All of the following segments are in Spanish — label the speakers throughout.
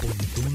Speaker 1: Conducción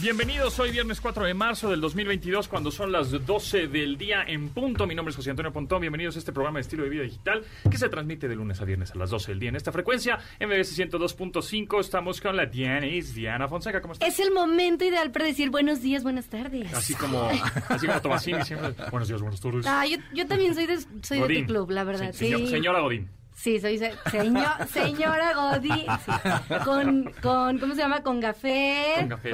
Speaker 2: Bienvenidos, hoy viernes 4 de marzo del 2022, cuando son las 12 del día en punto. Mi nombre es José Antonio Pontón, bienvenidos a este programa de estilo de vida digital que se transmite de lunes a viernes a las 12 del día en esta frecuencia, MBS 102.5. Estamos con la Dianis, Diana Fonseca, ¿cómo estás?
Speaker 3: Es el momento ideal para decir buenos días, buenas tardes.
Speaker 2: Así como, así como Tomasini siempre, buenos días, buenas tardes.
Speaker 3: Ah, yo, yo también soy de, soy de
Speaker 2: Godín.
Speaker 3: tu club, la verdad.
Speaker 2: Sí,
Speaker 3: Sí,
Speaker 2: señor- señora Godín.
Speaker 3: Sí, soy se- señor, señora Godi. sí. Con, con, ¿cómo se llama? Con café.
Speaker 2: Con gafé.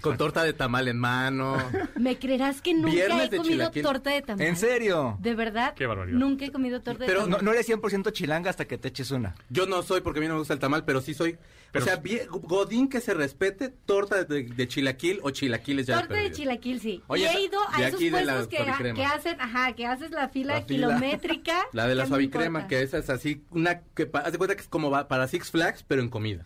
Speaker 4: Con torta de tamal en mano.
Speaker 3: Me creerás que nunca
Speaker 4: Viernes
Speaker 3: he
Speaker 4: de
Speaker 3: comido
Speaker 4: chilaquil.
Speaker 3: torta de tamal.
Speaker 5: ¿En serio?
Speaker 3: De verdad.
Speaker 2: Qué barbaridad.
Speaker 3: Nunca he comido torta de
Speaker 5: Pero no,
Speaker 3: tamal.
Speaker 5: no eres 100% chilanga hasta que te eches una.
Speaker 4: Yo no soy porque a mí no me gusta el tamal, pero sí soy.
Speaker 2: Pero-
Speaker 4: o sea, bien- Godín que se respete, torta de, de chilaquil o chilaquiles ya.
Speaker 3: Torta de
Speaker 4: perdido.
Speaker 3: chilaquil, sí.
Speaker 4: Oye,
Speaker 3: y he ido a
Speaker 4: de
Speaker 3: esos
Speaker 4: aquí de la
Speaker 3: puestos que,
Speaker 4: suavicrema.
Speaker 3: que hacen, ajá, que haces la fila
Speaker 4: La fila.
Speaker 3: kilométrica.
Speaker 4: La de la
Speaker 3: ¿qué me
Speaker 4: suavicrema,
Speaker 3: importa?
Speaker 4: que esa es así, una que pa- haz de cuenta que es como va- para Six Flags, pero en comida.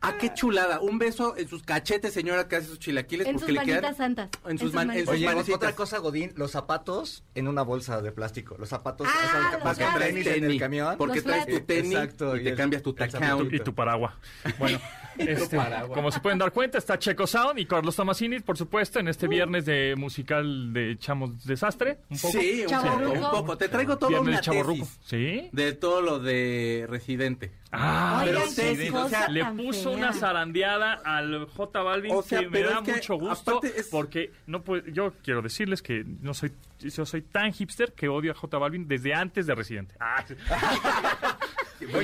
Speaker 4: ah, qué chulada. Un beso en sus cachetes, señora, que hace sus chilaquiles,
Speaker 3: En
Speaker 4: porque
Speaker 3: sus
Speaker 4: le quedan.
Speaker 3: manitas santas.
Speaker 4: En sus man- en
Speaker 3: manitas
Speaker 4: sus
Speaker 5: Oye,
Speaker 4: manecitas.
Speaker 5: otra cosa, Godín, los zapatos en una bolsa de plástico. Los zapatos
Speaker 3: Ah,
Speaker 5: o sea,
Speaker 3: los
Speaker 5: para que
Speaker 3: zapatos.
Speaker 5: traes en el
Speaker 4: Tenis.
Speaker 5: camión.
Speaker 3: Por-
Speaker 4: Porque
Speaker 3: Los
Speaker 4: traes tu
Speaker 3: flags.
Speaker 4: tenis
Speaker 5: Exacto,
Speaker 4: y
Speaker 5: y
Speaker 4: te
Speaker 5: el-
Speaker 4: cambias tu
Speaker 5: el zapato.
Speaker 4: tacón.
Speaker 2: Y tu paraguas. Bueno, este,
Speaker 4: paraguas.
Speaker 2: como se pueden dar cuenta, está Checo Sound y Carlos Tomasini, por supuesto, en
Speaker 3: Uh.
Speaker 2: este viernes de musical de Chamos Desastre. Un poco.
Speaker 4: Sí, un
Speaker 3: Chavorruco.
Speaker 4: poco, un poco. Te traigo todo
Speaker 2: Viernes
Speaker 4: una
Speaker 2: de Chavorruco.
Speaker 4: tesis
Speaker 2: Sí.
Speaker 4: de todo lo de Residente.
Speaker 2: Ah,
Speaker 3: Oigan,
Speaker 4: pero
Speaker 3: qué
Speaker 4: tesis,
Speaker 3: cosa
Speaker 4: o sea,
Speaker 2: Le
Speaker 3: tan
Speaker 2: puso
Speaker 3: fea.
Speaker 2: una zarandeada al J Balvin
Speaker 4: O sea,
Speaker 2: que me
Speaker 4: pero
Speaker 2: da
Speaker 4: es que
Speaker 2: mucho gusto
Speaker 4: aparte es-
Speaker 2: porque no puede- yo quiero decirles que no soy yo soy tan hipster que odio a J Balvin desde antes de Residente. Ah,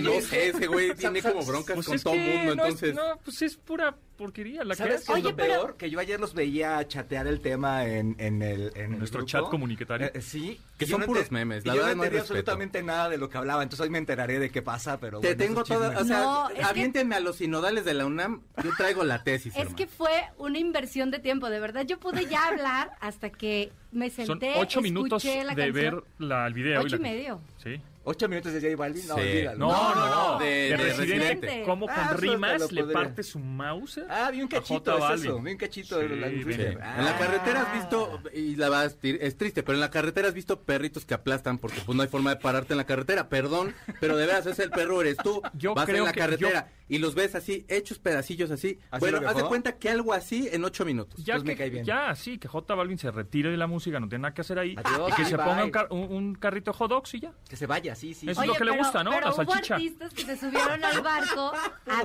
Speaker 4: no sé, ese güey tiene como broncas
Speaker 2: pues
Speaker 4: con
Speaker 2: es
Speaker 4: todo el
Speaker 2: que
Speaker 4: mundo,
Speaker 2: no es-
Speaker 4: entonces.
Speaker 2: no, pues es pura porquería la que
Speaker 5: ¿Sabes
Speaker 2: hace.
Speaker 5: qué es
Speaker 3: Oye,
Speaker 5: lo
Speaker 3: pero-
Speaker 5: peor? Que yo ayer los veía chatear el tema en, en el. En el
Speaker 2: Nuestro
Speaker 5: grupo.
Speaker 2: chat comunitario.
Speaker 5: Eh, eh, sí.
Speaker 4: Que
Speaker 5: Y
Speaker 4: son
Speaker 5: yo no
Speaker 4: puros
Speaker 5: ente-
Speaker 4: memes, la
Speaker 5: y yo
Speaker 4: verdad
Speaker 5: no
Speaker 4: no hay
Speaker 5: entendí
Speaker 4: respeto.
Speaker 5: absolutamente nada de lo que hablaban. Entonces hoy me enteraré de qué pasa, pero.
Speaker 4: Te
Speaker 5: bueno,
Speaker 4: tengo
Speaker 5: esos chismes.
Speaker 4: todas, o sea,
Speaker 3: No, es que-
Speaker 4: aviéntenme a los sinodales de la UNAM, yo traigo la tesis.
Speaker 3: Es
Speaker 4: hermano.
Speaker 3: que fue una inversión de tiempo, de verdad. Yo pude ya hablar hasta que me senté.
Speaker 2: Son ocho
Speaker 3: escuché
Speaker 2: minutos de
Speaker 3: la
Speaker 2: ver
Speaker 3: canción.
Speaker 2: la, el video.
Speaker 3: Ocho
Speaker 2: la-
Speaker 3: y medio.
Speaker 2: Sí.
Speaker 5: Ocho minutos de J Balvin, no,
Speaker 4: Sí.
Speaker 5: olvídalo.
Speaker 2: No, no, no,
Speaker 3: no,
Speaker 2: De,
Speaker 4: de-
Speaker 3: de
Speaker 2: Residente.
Speaker 3: Residente.
Speaker 2: Como con
Speaker 5: Ah, eso te lo
Speaker 2: rimas le
Speaker 5: podría.
Speaker 2: parte su mouse.
Speaker 5: Ah, vi un
Speaker 2: a J
Speaker 5: cachito, es
Speaker 2: Balvin.
Speaker 5: eso, vi un cachito de
Speaker 2: Sí,
Speaker 5: la
Speaker 2: bien.
Speaker 4: Sí.
Speaker 5: influencer.
Speaker 4: En la
Speaker 5: Ah.
Speaker 4: carretera has visto, y la vas, a decir, es triste, pero en la carretera has visto perritos que aplastan porque pues no hay forma de pararte en la carretera, perdón, pero de veras es el perro, eres tú,
Speaker 2: Yo
Speaker 4: vas
Speaker 2: creo
Speaker 4: en la
Speaker 2: que
Speaker 4: carretera y los ves así, hechos pedacillos así.
Speaker 5: ¿Así
Speaker 4: bueno,
Speaker 5: lo que
Speaker 4: haz de
Speaker 5: fue?
Speaker 4: cuenta que algo así en ocho minutos.
Speaker 2: ya
Speaker 5: Pues me
Speaker 2: que,
Speaker 5: cae bien.
Speaker 2: ya, sí, que J Balvin se retire de la música, no tiene nada que hacer ahí.
Speaker 5: Adiós,
Speaker 2: y que
Speaker 5: sí,
Speaker 2: se ponga
Speaker 5: bye.
Speaker 2: un, car- un- un carrito hot dogs y ya.
Speaker 5: Que se vaya, sí, sí.
Speaker 2: Eso es lo que le
Speaker 3: pero-
Speaker 2: gusta, ¿no?
Speaker 3: Pero
Speaker 2: La
Speaker 3: hubo
Speaker 2: salchicha.
Speaker 3: artistas que se subieron al barco a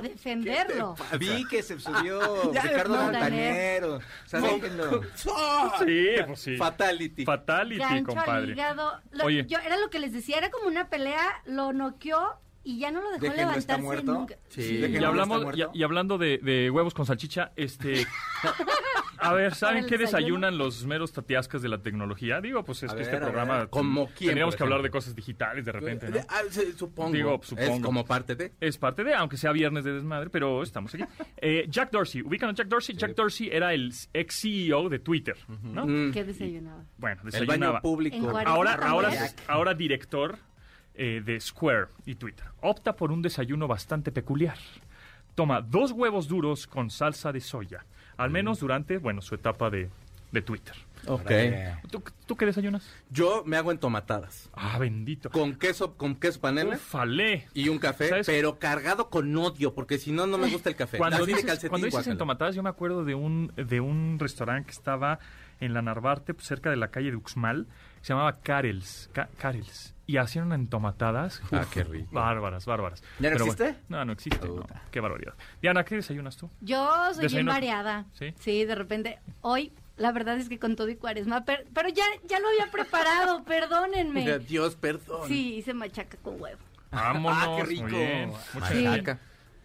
Speaker 3: defenderlo.
Speaker 5: Vi que se
Speaker 2: Ah,
Speaker 5: subió Ricardo
Speaker 3: no,
Speaker 5: Montanero. O sea, déjenlo.
Speaker 4: ¡Ah!
Speaker 2: Sí, pues sí.
Speaker 4: Fatality.
Speaker 2: Fatality,
Speaker 3: Gancho al
Speaker 2: compadre.
Speaker 3: hígado. Lo-
Speaker 2: Oye.
Speaker 3: yo- era lo que les decía, era como una pelea, lo noqueó y ya no lo dejó
Speaker 5: Déjenlo, está
Speaker 3: levantarse
Speaker 5: muerto.
Speaker 3: nunca.
Speaker 4: Sí.
Speaker 5: Déjenlo,
Speaker 2: Y,
Speaker 5: está
Speaker 2: hablamos, y,
Speaker 5: muerto.
Speaker 2: y hablando de, de huevos con salchicha, este... A ver,
Speaker 3: Para
Speaker 2: ¿saben
Speaker 3: el
Speaker 2: qué
Speaker 3: desayuno.
Speaker 2: desayunan los meros tatiascas de la tecnología? Digo, pues es
Speaker 5: A
Speaker 2: que
Speaker 5: ver,
Speaker 2: este
Speaker 5: a ver.
Speaker 2: programa...
Speaker 4: ¿Como quién,
Speaker 2: Tendríamos
Speaker 4: por
Speaker 2: que hablar
Speaker 4: ejemplo?
Speaker 2: de cosas digitales de repente,
Speaker 5: eh,
Speaker 2: ¿no?
Speaker 4: Ah, sí, supongo.
Speaker 2: Digo,
Speaker 4: Es
Speaker 2: supongo.
Speaker 4: como parte de.
Speaker 2: Es parte de, aunque sea viernes de desmadre, pero estamos aquí. Eh, Jack Dorsey, ubican a Jack Dorsey. Jack Dorsey era el ex CEO de Twitter, ¿no?
Speaker 4: Mm,
Speaker 3: ¿Qué desayunaba?
Speaker 2: Bueno,
Speaker 4: el baño
Speaker 2: desayunaba.
Speaker 3: En
Speaker 4: público.
Speaker 3: Guardia-
Speaker 2: Ahora,
Speaker 3: También.
Speaker 2: ahora, ahora director eh, de Square y Twitter. Opta por un desayuno bastante peculiar. Toma dos huevos duros con salsa de soya, al menos durante, bueno, su etapa de, de Twitter.
Speaker 4: Ok.
Speaker 2: ¿Tú, tú qué desayunas?
Speaker 4: Yo me hago entomatadas.
Speaker 2: Ah, bendito.
Speaker 4: Con queso, con queso panela.
Speaker 2: Ufale.
Speaker 4: Y un café,
Speaker 2: ¿Sabes?
Speaker 4: pero cargado con odio, porque si no, no me gusta el café.
Speaker 2: Cuando
Speaker 4: Este, Así de
Speaker 2: dices,
Speaker 4: calcetín,
Speaker 2: cuando dices
Speaker 4: guácala.
Speaker 2: entomatadas, yo me acuerdo de un, de un restaurante que estaba en la Narvarte, pues, cerca de la calle de Uxmal, que se llamaba Karels. Ca- Karels. Y hacían unas entomatadas.
Speaker 4: Ah,
Speaker 2: uf,
Speaker 4: qué rico.
Speaker 2: Bárbaras, bárbaras.
Speaker 5: ¿Ya no
Speaker 2: bueno,
Speaker 5: existe?
Speaker 2: no, no existe. no.
Speaker 5: Puta.
Speaker 2: Qué barbaridad. Diana, ¿qué desayunas tú?
Speaker 3: Yo soy bien
Speaker 2: Desayuno.
Speaker 3: variada.
Speaker 2: Sí.
Speaker 3: ¿Sí? de repente, hoy, la verdad es que con todo y cuaresma, per- pero ya, ya lo había preparado,
Speaker 4: O sea,
Speaker 3: perdónenme.
Speaker 4: Dios, perdón.
Speaker 3: Sí, hice machaca con huevo.
Speaker 2: Vámonos.
Speaker 5: Ah, qué
Speaker 2: muy
Speaker 5: rico.
Speaker 2: bien, muchas
Speaker 3: Sí.
Speaker 2: gracias.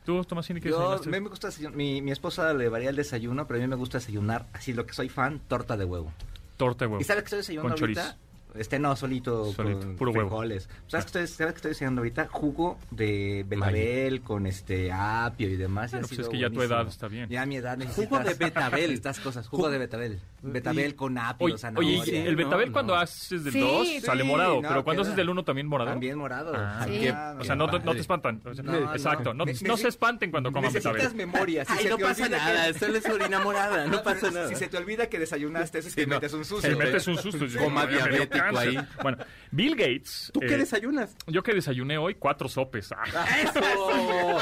Speaker 2: ¿Tú, Tomasini, qué
Speaker 5: Yo,
Speaker 2: desayunaste?
Speaker 5: me me gusta, desayun- mi, mi esposa le varía el desayuno, pero a mí me gusta desayunar, así lo que soy fan, torta de huevo.
Speaker 2: Torta de huevo.
Speaker 5: ¿Y sabes que estoy desayunando
Speaker 2: Con
Speaker 5: ahorita?
Speaker 2: chorizo.
Speaker 5: Este no, solito,
Speaker 2: Solito,
Speaker 5: con
Speaker 2: puro huevo. Ah.
Speaker 5: frijoles. ¿Sabes que estoy, sabes que estoy desayunando ahorita? Jugo de betabel con este apio y demás. y
Speaker 2: Bueno,
Speaker 5: ha
Speaker 2: pues
Speaker 5: sido
Speaker 2: es que ya tu
Speaker 5: buenísimo.
Speaker 2: edad está bien.
Speaker 5: Ya mi edad necesitas
Speaker 4: Jugo de betabel.
Speaker 5: Estas cosas, jugo
Speaker 4: Ju-
Speaker 5: de betabel. Betabel con apio,
Speaker 2: Oye,
Speaker 5: zanahoria.
Speaker 2: oye, el
Speaker 4: ¿no?
Speaker 2: betabel
Speaker 4: No.
Speaker 2: cuando haces del
Speaker 3: Sí,
Speaker 2: 2 sale
Speaker 5: sí,
Speaker 2: morado,
Speaker 5: no,
Speaker 2: pero cuando
Speaker 5: queda-
Speaker 2: haces del 1 también morado.
Speaker 5: También morado.
Speaker 2: Ah,
Speaker 3: Sí.
Speaker 2: qué-
Speaker 5: Ah,
Speaker 2: o sea, no,
Speaker 5: qué
Speaker 2: te- no
Speaker 5: padre.
Speaker 2: te espantan. O sea,
Speaker 5: No, no.
Speaker 2: exacto, no,
Speaker 5: Me-
Speaker 2: no se
Speaker 5: necesi-
Speaker 2: espanten cuando coman betabel.
Speaker 5: Necesitas memoria. si
Speaker 4: Ay,
Speaker 5: se
Speaker 4: no
Speaker 5: te
Speaker 4: pasa
Speaker 5: olvida
Speaker 4: nada,
Speaker 5: que-
Speaker 4: solo es orina morada, no pasa nada.
Speaker 5: Si se te olvida que desayunaste, eso es
Speaker 4: Sí,
Speaker 5: que
Speaker 4: no.
Speaker 5: metes un
Speaker 2: Se
Speaker 5: sucio.
Speaker 2: metes un susto. yo,
Speaker 4: Coma
Speaker 2: no, ya me dio
Speaker 4: diabético
Speaker 2: cáncer.
Speaker 4: ahí.
Speaker 2: Bueno, Bill Gates.
Speaker 4: ¿Tú qué
Speaker 2: eh,
Speaker 4: desayunas?
Speaker 2: Yo que desayuné hoy cuatro sopes. Ah,
Speaker 4: ¡Eso!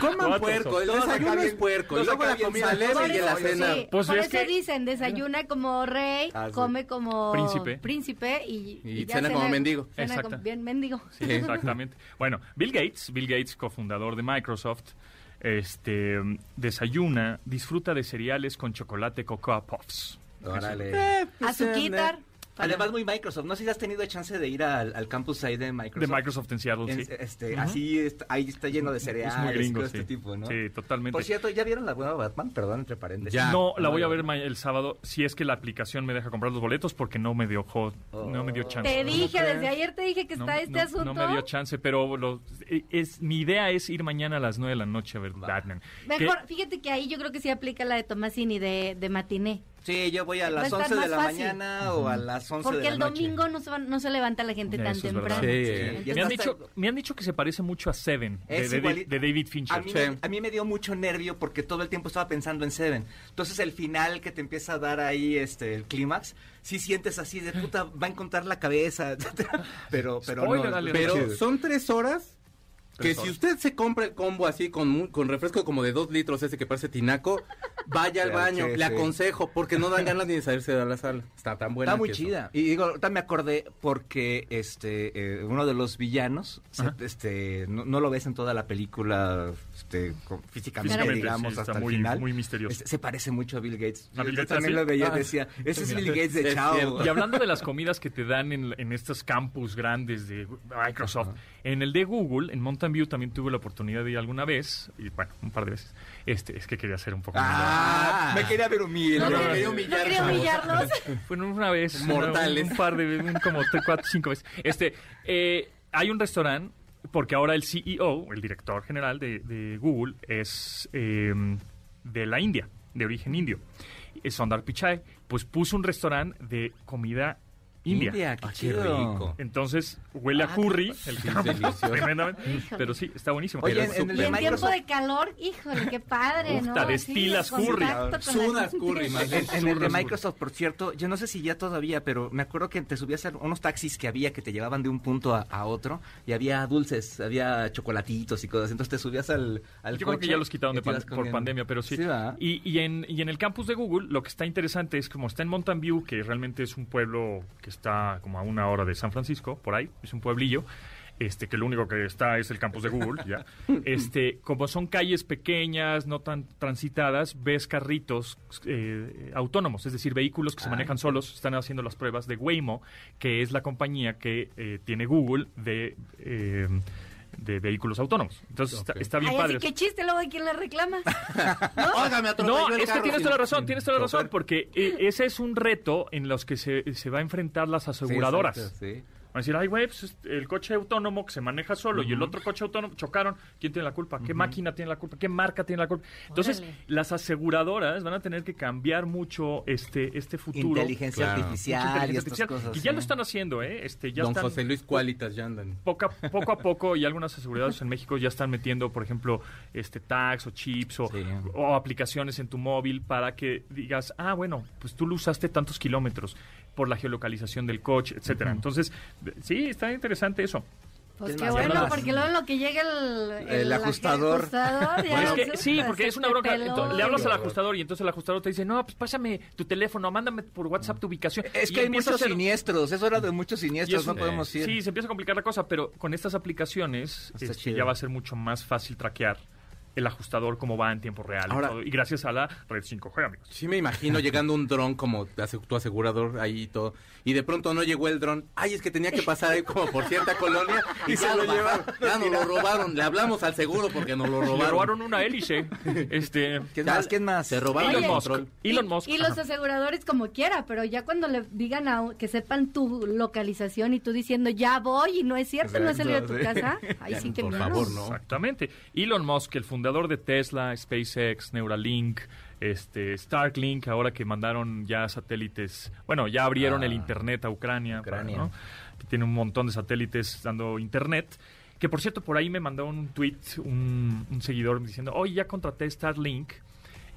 Speaker 4: Coman
Speaker 2: Cuatro
Speaker 4: puerco, el
Speaker 5: son.
Speaker 4: desayuno es puerco,
Speaker 5: Los
Speaker 4: luego la
Speaker 5: acá
Speaker 4: comida
Speaker 5: bien
Speaker 4: leve y
Speaker 5: salados.
Speaker 4: la
Speaker 5: Por eso
Speaker 4: cena.
Speaker 3: sí,
Speaker 2: Pues
Speaker 3: por
Speaker 2: es
Speaker 3: eso
Speaker 2: que-
Speaker 3: dicen, desayuna como rey,
Speaker 5: Ah, sí.
Speaker 3: come como
Speaker 2: Príncipe.
Speaker 3: príncipe y,
Speaker 4: Y cena como mendigo.
Speaker 3: cena
Speaker 2: Exacto.
Speaker 3: como bien mendigo.
Speaker 2: Sí, exactamente. Bueno, Bill Gates, Bill Gates, cofundador de Microsoft, este desayuna, disfruta de cereales con chocolate Cocoa Puffs.
Speaker 5: Órale.
Speaker 3: Azuquitar.
Speaker 5: pues, eh, Además, muy Microsoft. No sé si has tenido chance de ir al, al campus ahí de Microsoft.
Speaker 2: De Microsoft en Seattle,
Speaker 5: En-
Speaker 2: sí.
Speaker 5: este, Así está, ahí está lleno de cereales.
Speaker 2: Es muy gringo,
Speaker 5: cosas
Speaker 2: sí.
Speaker 5: de este tipo, ¿no?
Speaker 2: Sí, totalmente.
Speaker 5: Por cierto, ¿ya vieron la nueva Batman? Perdón, entre paréntesis.
Speaker 4: Ya.
Speaker 2: no, la
Speaker 5: no,
Speaker 2: voy a
Speaker 5: no.
Speaker 2: ver ma- el sábado si es que la aplicación me deja comprar los boletos porque no me dio jo- no
Speaker 5: Oh.
Speaker 2: me dio chance.
Speaker 3: Te dije,
Speaker 4: Ok.
Speaker 3: desde ayer te dije que
Speaker 2: No,
Speaker 3: está
Speaker 2: no,
Speaker 3: este
Speaker 2: no
Speaker 3: asunto.
Speaker 2: me dio chance, pero lo- e, es, mi idea es ir mañana a las 9 de la noche a ver
Speaker 5: Va.
Speaker 2: Batman.
Speaker 3: Mejor,
Speaker 2: Que-
Speaker 3: fíjate que ahí yo creo que sí aplica la de Tomasini de, de matiné.
Speaker 5: Sí, yo voy a
Speaker 3: Va a
Speaker 5: las
Speaker 3: estar
Speaker 5: 11 de
Speaker 3: más
Speaker 5: la
Speaker 3: fácil.
Speaker 5: mañana o a las 11
Speaker 3: Porque
Speaker 5: de la
Speaker 3: el
Speaker 5: noche.
Speaker 3: domingo no se, van- no se levanta la gente
Speaker 2: Ya,
Speaker 3: tan
Speaker 2: eso es verdad.
Speaker 3: temprano.
Speaker 4: Sí,
Speaker 5: eh.
Speaker 3: Entonces,
Speaker 5: Ya
Speaker 2: me, han
Speaker 5: estás
Speaker 2: dicho,
Speaker 5: al-
Speaker 2: me han dicho que se parece mucho a Seven de,
Speaker 5: Es
Speaker 2: de-
Speaker 5: iguali-
Speaker 2: de David
Speaker 5: A
Speaker 2: Fincher.
Speaker 5: mí,
Speaker 4: Sí.
Speaker 5: me, a mí me dio mucho nervio porque todo el tiempo estaba pensando en Seven. Entonces el final que te empieza a dar ahí este el clímax, si sientes así de puta, va a encontrar la cabeza. pero pero
Speaker 2: Spoiler
Speaker 5: no.
Speaker 2: alert.
Speaker 4: Pero
Speaker 5: chido.
Speaker 4: son tres horas que
Speaker 5: Tres
Speaker 4: si
Speaker 5: horas.
Speaker 4: usted se compra el combo así con, mu- con refresco como de dos litros ese que parece tinaco, vaya al
Speaker 5: Sí,
Speaker 4: baño,
Speaker 5: sí,
Speaker 4: le
Speaker 5: sí.
Speaker 4: aconsejo, porque no dan ganas ni de salirse de la sala. Está tan buena.
Speaker 5: Está muy
Speaker 4: que eso.
Speaker 5: chida. Y digo, ahorita me acordé porque este eh, uno de los villanos, se-
Speaker 2: Ajá.
Speaker 5: este no, no lo ves en toda la película este, con- físicamente,
Speaker 2: Físicamente,
Speaker 5: digamos,
Speaker 2: sí, está
Speaker 5: hasta el
Speaker 2: muy-
Speaker 5: final.
Speaker 2: muy misterioso.
Speaker 5: Este, se parece mucho a Bill Gates.
Speaker 2: ¿A Bill
Speaker 5: Yo
Speaker 2: Gates,
Speaker 5: también
Speaker 2: sí?
Speaker 5: lo veía
Speaker 4: Ah.
Speaker 5: decía, ese es Bill Gates de
Speaker 4: Es
Speaker 5: Chao.
Speaker 4: cierto.
Speaker 2: Y hablando de las comidas que te dan en, en estos campus grandes de Microsoft, en el de Google, en Mountain View también tuve la oportunidad de ir alguna vez, y bueno, un par de veces. Este, es que quería hacer un poco
Speaker 5: Ah, me quería ver humilde.
Speaker 3: no,
Speaker 2: No,
Speaker 3: quería-
Speaker 2: no,
Speaker 4: quería
Speaker 3: no
Speaker 4: humillar,
Speaker 3: quería
Speaker 4: chavos.
Speaker 3: humillarlos.
Speaker 2: Bueno, una vez.
Speaker 4: Mortales.
Speaker 2: una- un par de veces, como tres, cuatro, cinco veces. Este, eh, hay un restaurante, porque ahora el CEO, el director general de, de Google, es eh, de la India, de origen indio. Es Sundar Pichai, pues puso un restaurante de comida india.
Speaker 5: qué,
Speaker 4: Ah, qué
Speaker 5: chido.
Speaker 4: rico.
Speaker 2: Entonces, huele a
Speaker 5: Ah,
Speaker 2: curry, el
Speaker 4: Sí,
Speaker 2: campus,
Speaker 4: delicioso.
Speaker 2: tremendamente,
Speaker 3: Híjole.
Speaker 2: pero sí, está buenísimo.
Speaker 5: Oye,
Speaker 2: Pero-
Speaker 5: en, en el
Speaker 3: Y
Speaker 5: de
Speaker 3: en tiempo
Speaker 5: Microsoft.
Speaker 3: de calor, híjole, qué padre, ¿no?
Speaker 2: Puta, destilas
Speaker 3: el
Speaker 2: curry.
Speaker 3: contacto con la
Speaker 4: Sudas
Speaker 3: gente.
Speaker 4: curry, man.
Speaker 5: En, en el
Speaker 2: Surra,
Speaker 5: de
Speaker 2: surra.
Speaker 5: Microsoft, por cierto, yo no sé si ya todavía, pero me acuerdo que te subías a unos taxis que había que te llevaban de un punto a, a otro y había dulces, había chocolatitos y cosas. Entonces te subías al, al
Speaker 2: Yo creo que
Speaker 5: coche
Speaker 2: ya los quitaron
Speaker 5: y
Speaker 2: de
Speaker 5: te ibas
Speaker 2: pan- por
Speaker 5: comiendo.
Speaker 2: pandemia, pero sí.
Speaker 5: ¿verdad?
Speaker 2: y, y en, y en el campus de Google, lo que está interesante es como está en Mountain View, que realmente es un pueblo que está como a una hora de San Francisco, por ahí, es un pueblillo. Este, que lo único que está es el campus de Google, ya. Este, como son calles pequeñas, no tan transitadas, ves carritos eh, autónomos, es decir, vehículos que se
Speaker 5: Ah.
Speaker 2: manejan solos, están haciendo las pruebas de Waymo, que es la compañía que eh, tiene Google de, eh, de vehículos autónomos. Entonces, está, está bien
Speaker 3: Ay,
Speaker 2: padre.
Speaker 3: así que chiste, luego hay quien le reclama.
Speaker 4: Oiga, me atropelló
Speaker 2: No,
Speaker 4: el
Speaker 2: es que
Speaker 4: carro
Speaker 2: tienes
Speaker 4: sin-
Speaker 2: toda la razón, tienes toda la razón,
Speaker 4: chofer.
Speaker 2: porque eh, ese es un reto en los que se, se va a enfrentar las
Speaker 5: Sí,
Speaker 2: aseguradoras.
Speaker 5: exacto, sí.
Speaker 2: Van a decir, ay, güey, pues, este, el coche autónomo que se maneja solo y el otro coche autónomo chocaron. ¿Quién tiene la culpa? ¿Qué máquina tiene la culpa? ¿Qué marca tiene la culpa? Entonces,
Speaker 3: Órale.
Speaker 2: las aseguradoras van a tener que cambiar mucho este, este futuro.
Speaker 5: Inteligencia
Speaker 4: Claro.
Speaker 5: artificial
Speaker 2: Mucha inteligencia
Speaker 5: y estas
Speaker 2: artificial,
Speaker 5: cosas.
Speaker 2: que ya
Speaker 5: sí.
Speaker 2: lo están haciendo, ¿eh? Este, ya
Speaker 4: Don
Speaker 2: están
Speaker 4: José Luis Cualitas ya andan.
Speaker 2: poco a, poco a poco y algunas aseguradoras en México ya están metiendo, por ejemplo, este tags o chips o,
Speaker 5: Sí.
Speaker 2: o aplicaciones en tu móvil para que digas, ah, bueno, pues tú lo usaste tantos kilómetros por la geolocalización del coche, etcétera. Entonces, de- sí, está interesante eso.
Speaker 3: Pues
Speaker 5: ¿Qué
Speaker 3: qué
Speaker 5: más?
Speaker 3: bueno,
Speaker 5: Además-
Speaker 3: porque luego en lo que llega el...
Speaker 5: El ajustador.
Speaker 3: ajustador, ya este
Speaker 2: Bueno, es que
Speaker 3: se-
Speaker 2: sí, porque
Speaker 3: se
Speaker 2: es una
Speaker 3: te
Speaker 2: bronca.
Speaker 3: peló.
Speaker 2: Entonces, le hablas al ajustador y entonces el ajustador te dice, no, pues pásame tu teléfono, mándame por WhatsApp tu ubicación.
Speaker 5: Es
Speaker 2: Y
Speaker 5: que hay
Speaker 2: empieza a
Speaker 5: muchos
Speaker 2: hacer-
Speaker 5: siniestros, es hora de muchos
Speaker 2: Y
Speaker 5: siniestros,
Speaker 2: es
Speaker 5: no
Speaker 2: un- eh,
Speaker 5: podemos ir.
Speaker 2: Sí, se empieza a complicar la cosa, pero con estas aplicaciones
Speaker 5: Está
Speaker 2: este,
Speaker 5: chido.
Speaker 2: ya va a ser mucho más fácil traquear el ajustador cómo va en tiempo real. y
Speaker 4: Ahora-
Speaker 2: todo, y gracias a la red 5G, amigos.
Speaker 4: Sí me imagino llegando un dron como ase- tu asegurador ahí y todo. Y de pronto no llegó el dron. Ay, es que tenía que pasar ahí como por cierta colonia. Y, se lo llevaron. Ya nos lo robaron. Le hablamos al seguro porque nos lo
Speaker 2: Le
Speaker 4: robaron.
Speaker 2: robaron una hélice. este,
Speaker 5: ¿Quién más? ¿Quién más?
Speaker 4: Se robaron
Speaker 2: Elon
Speaker 4: el
Speaker 2: Musk.
Speaker 4: control.
Speaker 2: Elon Musk.
Speaker 3: Y los
Speaker 2: Ajá.
Speaker 3: aseguradores como quiera, pero ya cuando le digan a un- que sepan tu localización y tú diciendo ya voy y no es cierto, no he salido de tu
Speaker 5: Exacto, sí.
Speaker 3: casa, ahí sí que
Speaker 4: Por
Speaker 3: miedo.
Speaker 4: favor, no.
Speaker 2: Exactamente. Elon Musk, el fundador de Tesla, SpaceX, Neuralink, este Starlink, ahora que mandaron ya satélites, bueno, ya abrieron
Speaker 4: Ah.
Speaker 2: el internet a Ucrania,
Speaker 4: Ucrania.
Speaker 2: ¿no? que tiene un montón de satélites dando internet. Que por cierto, por ahí me mandó un tweet un, un seguidor diciendo, hoy ya contraté Starlink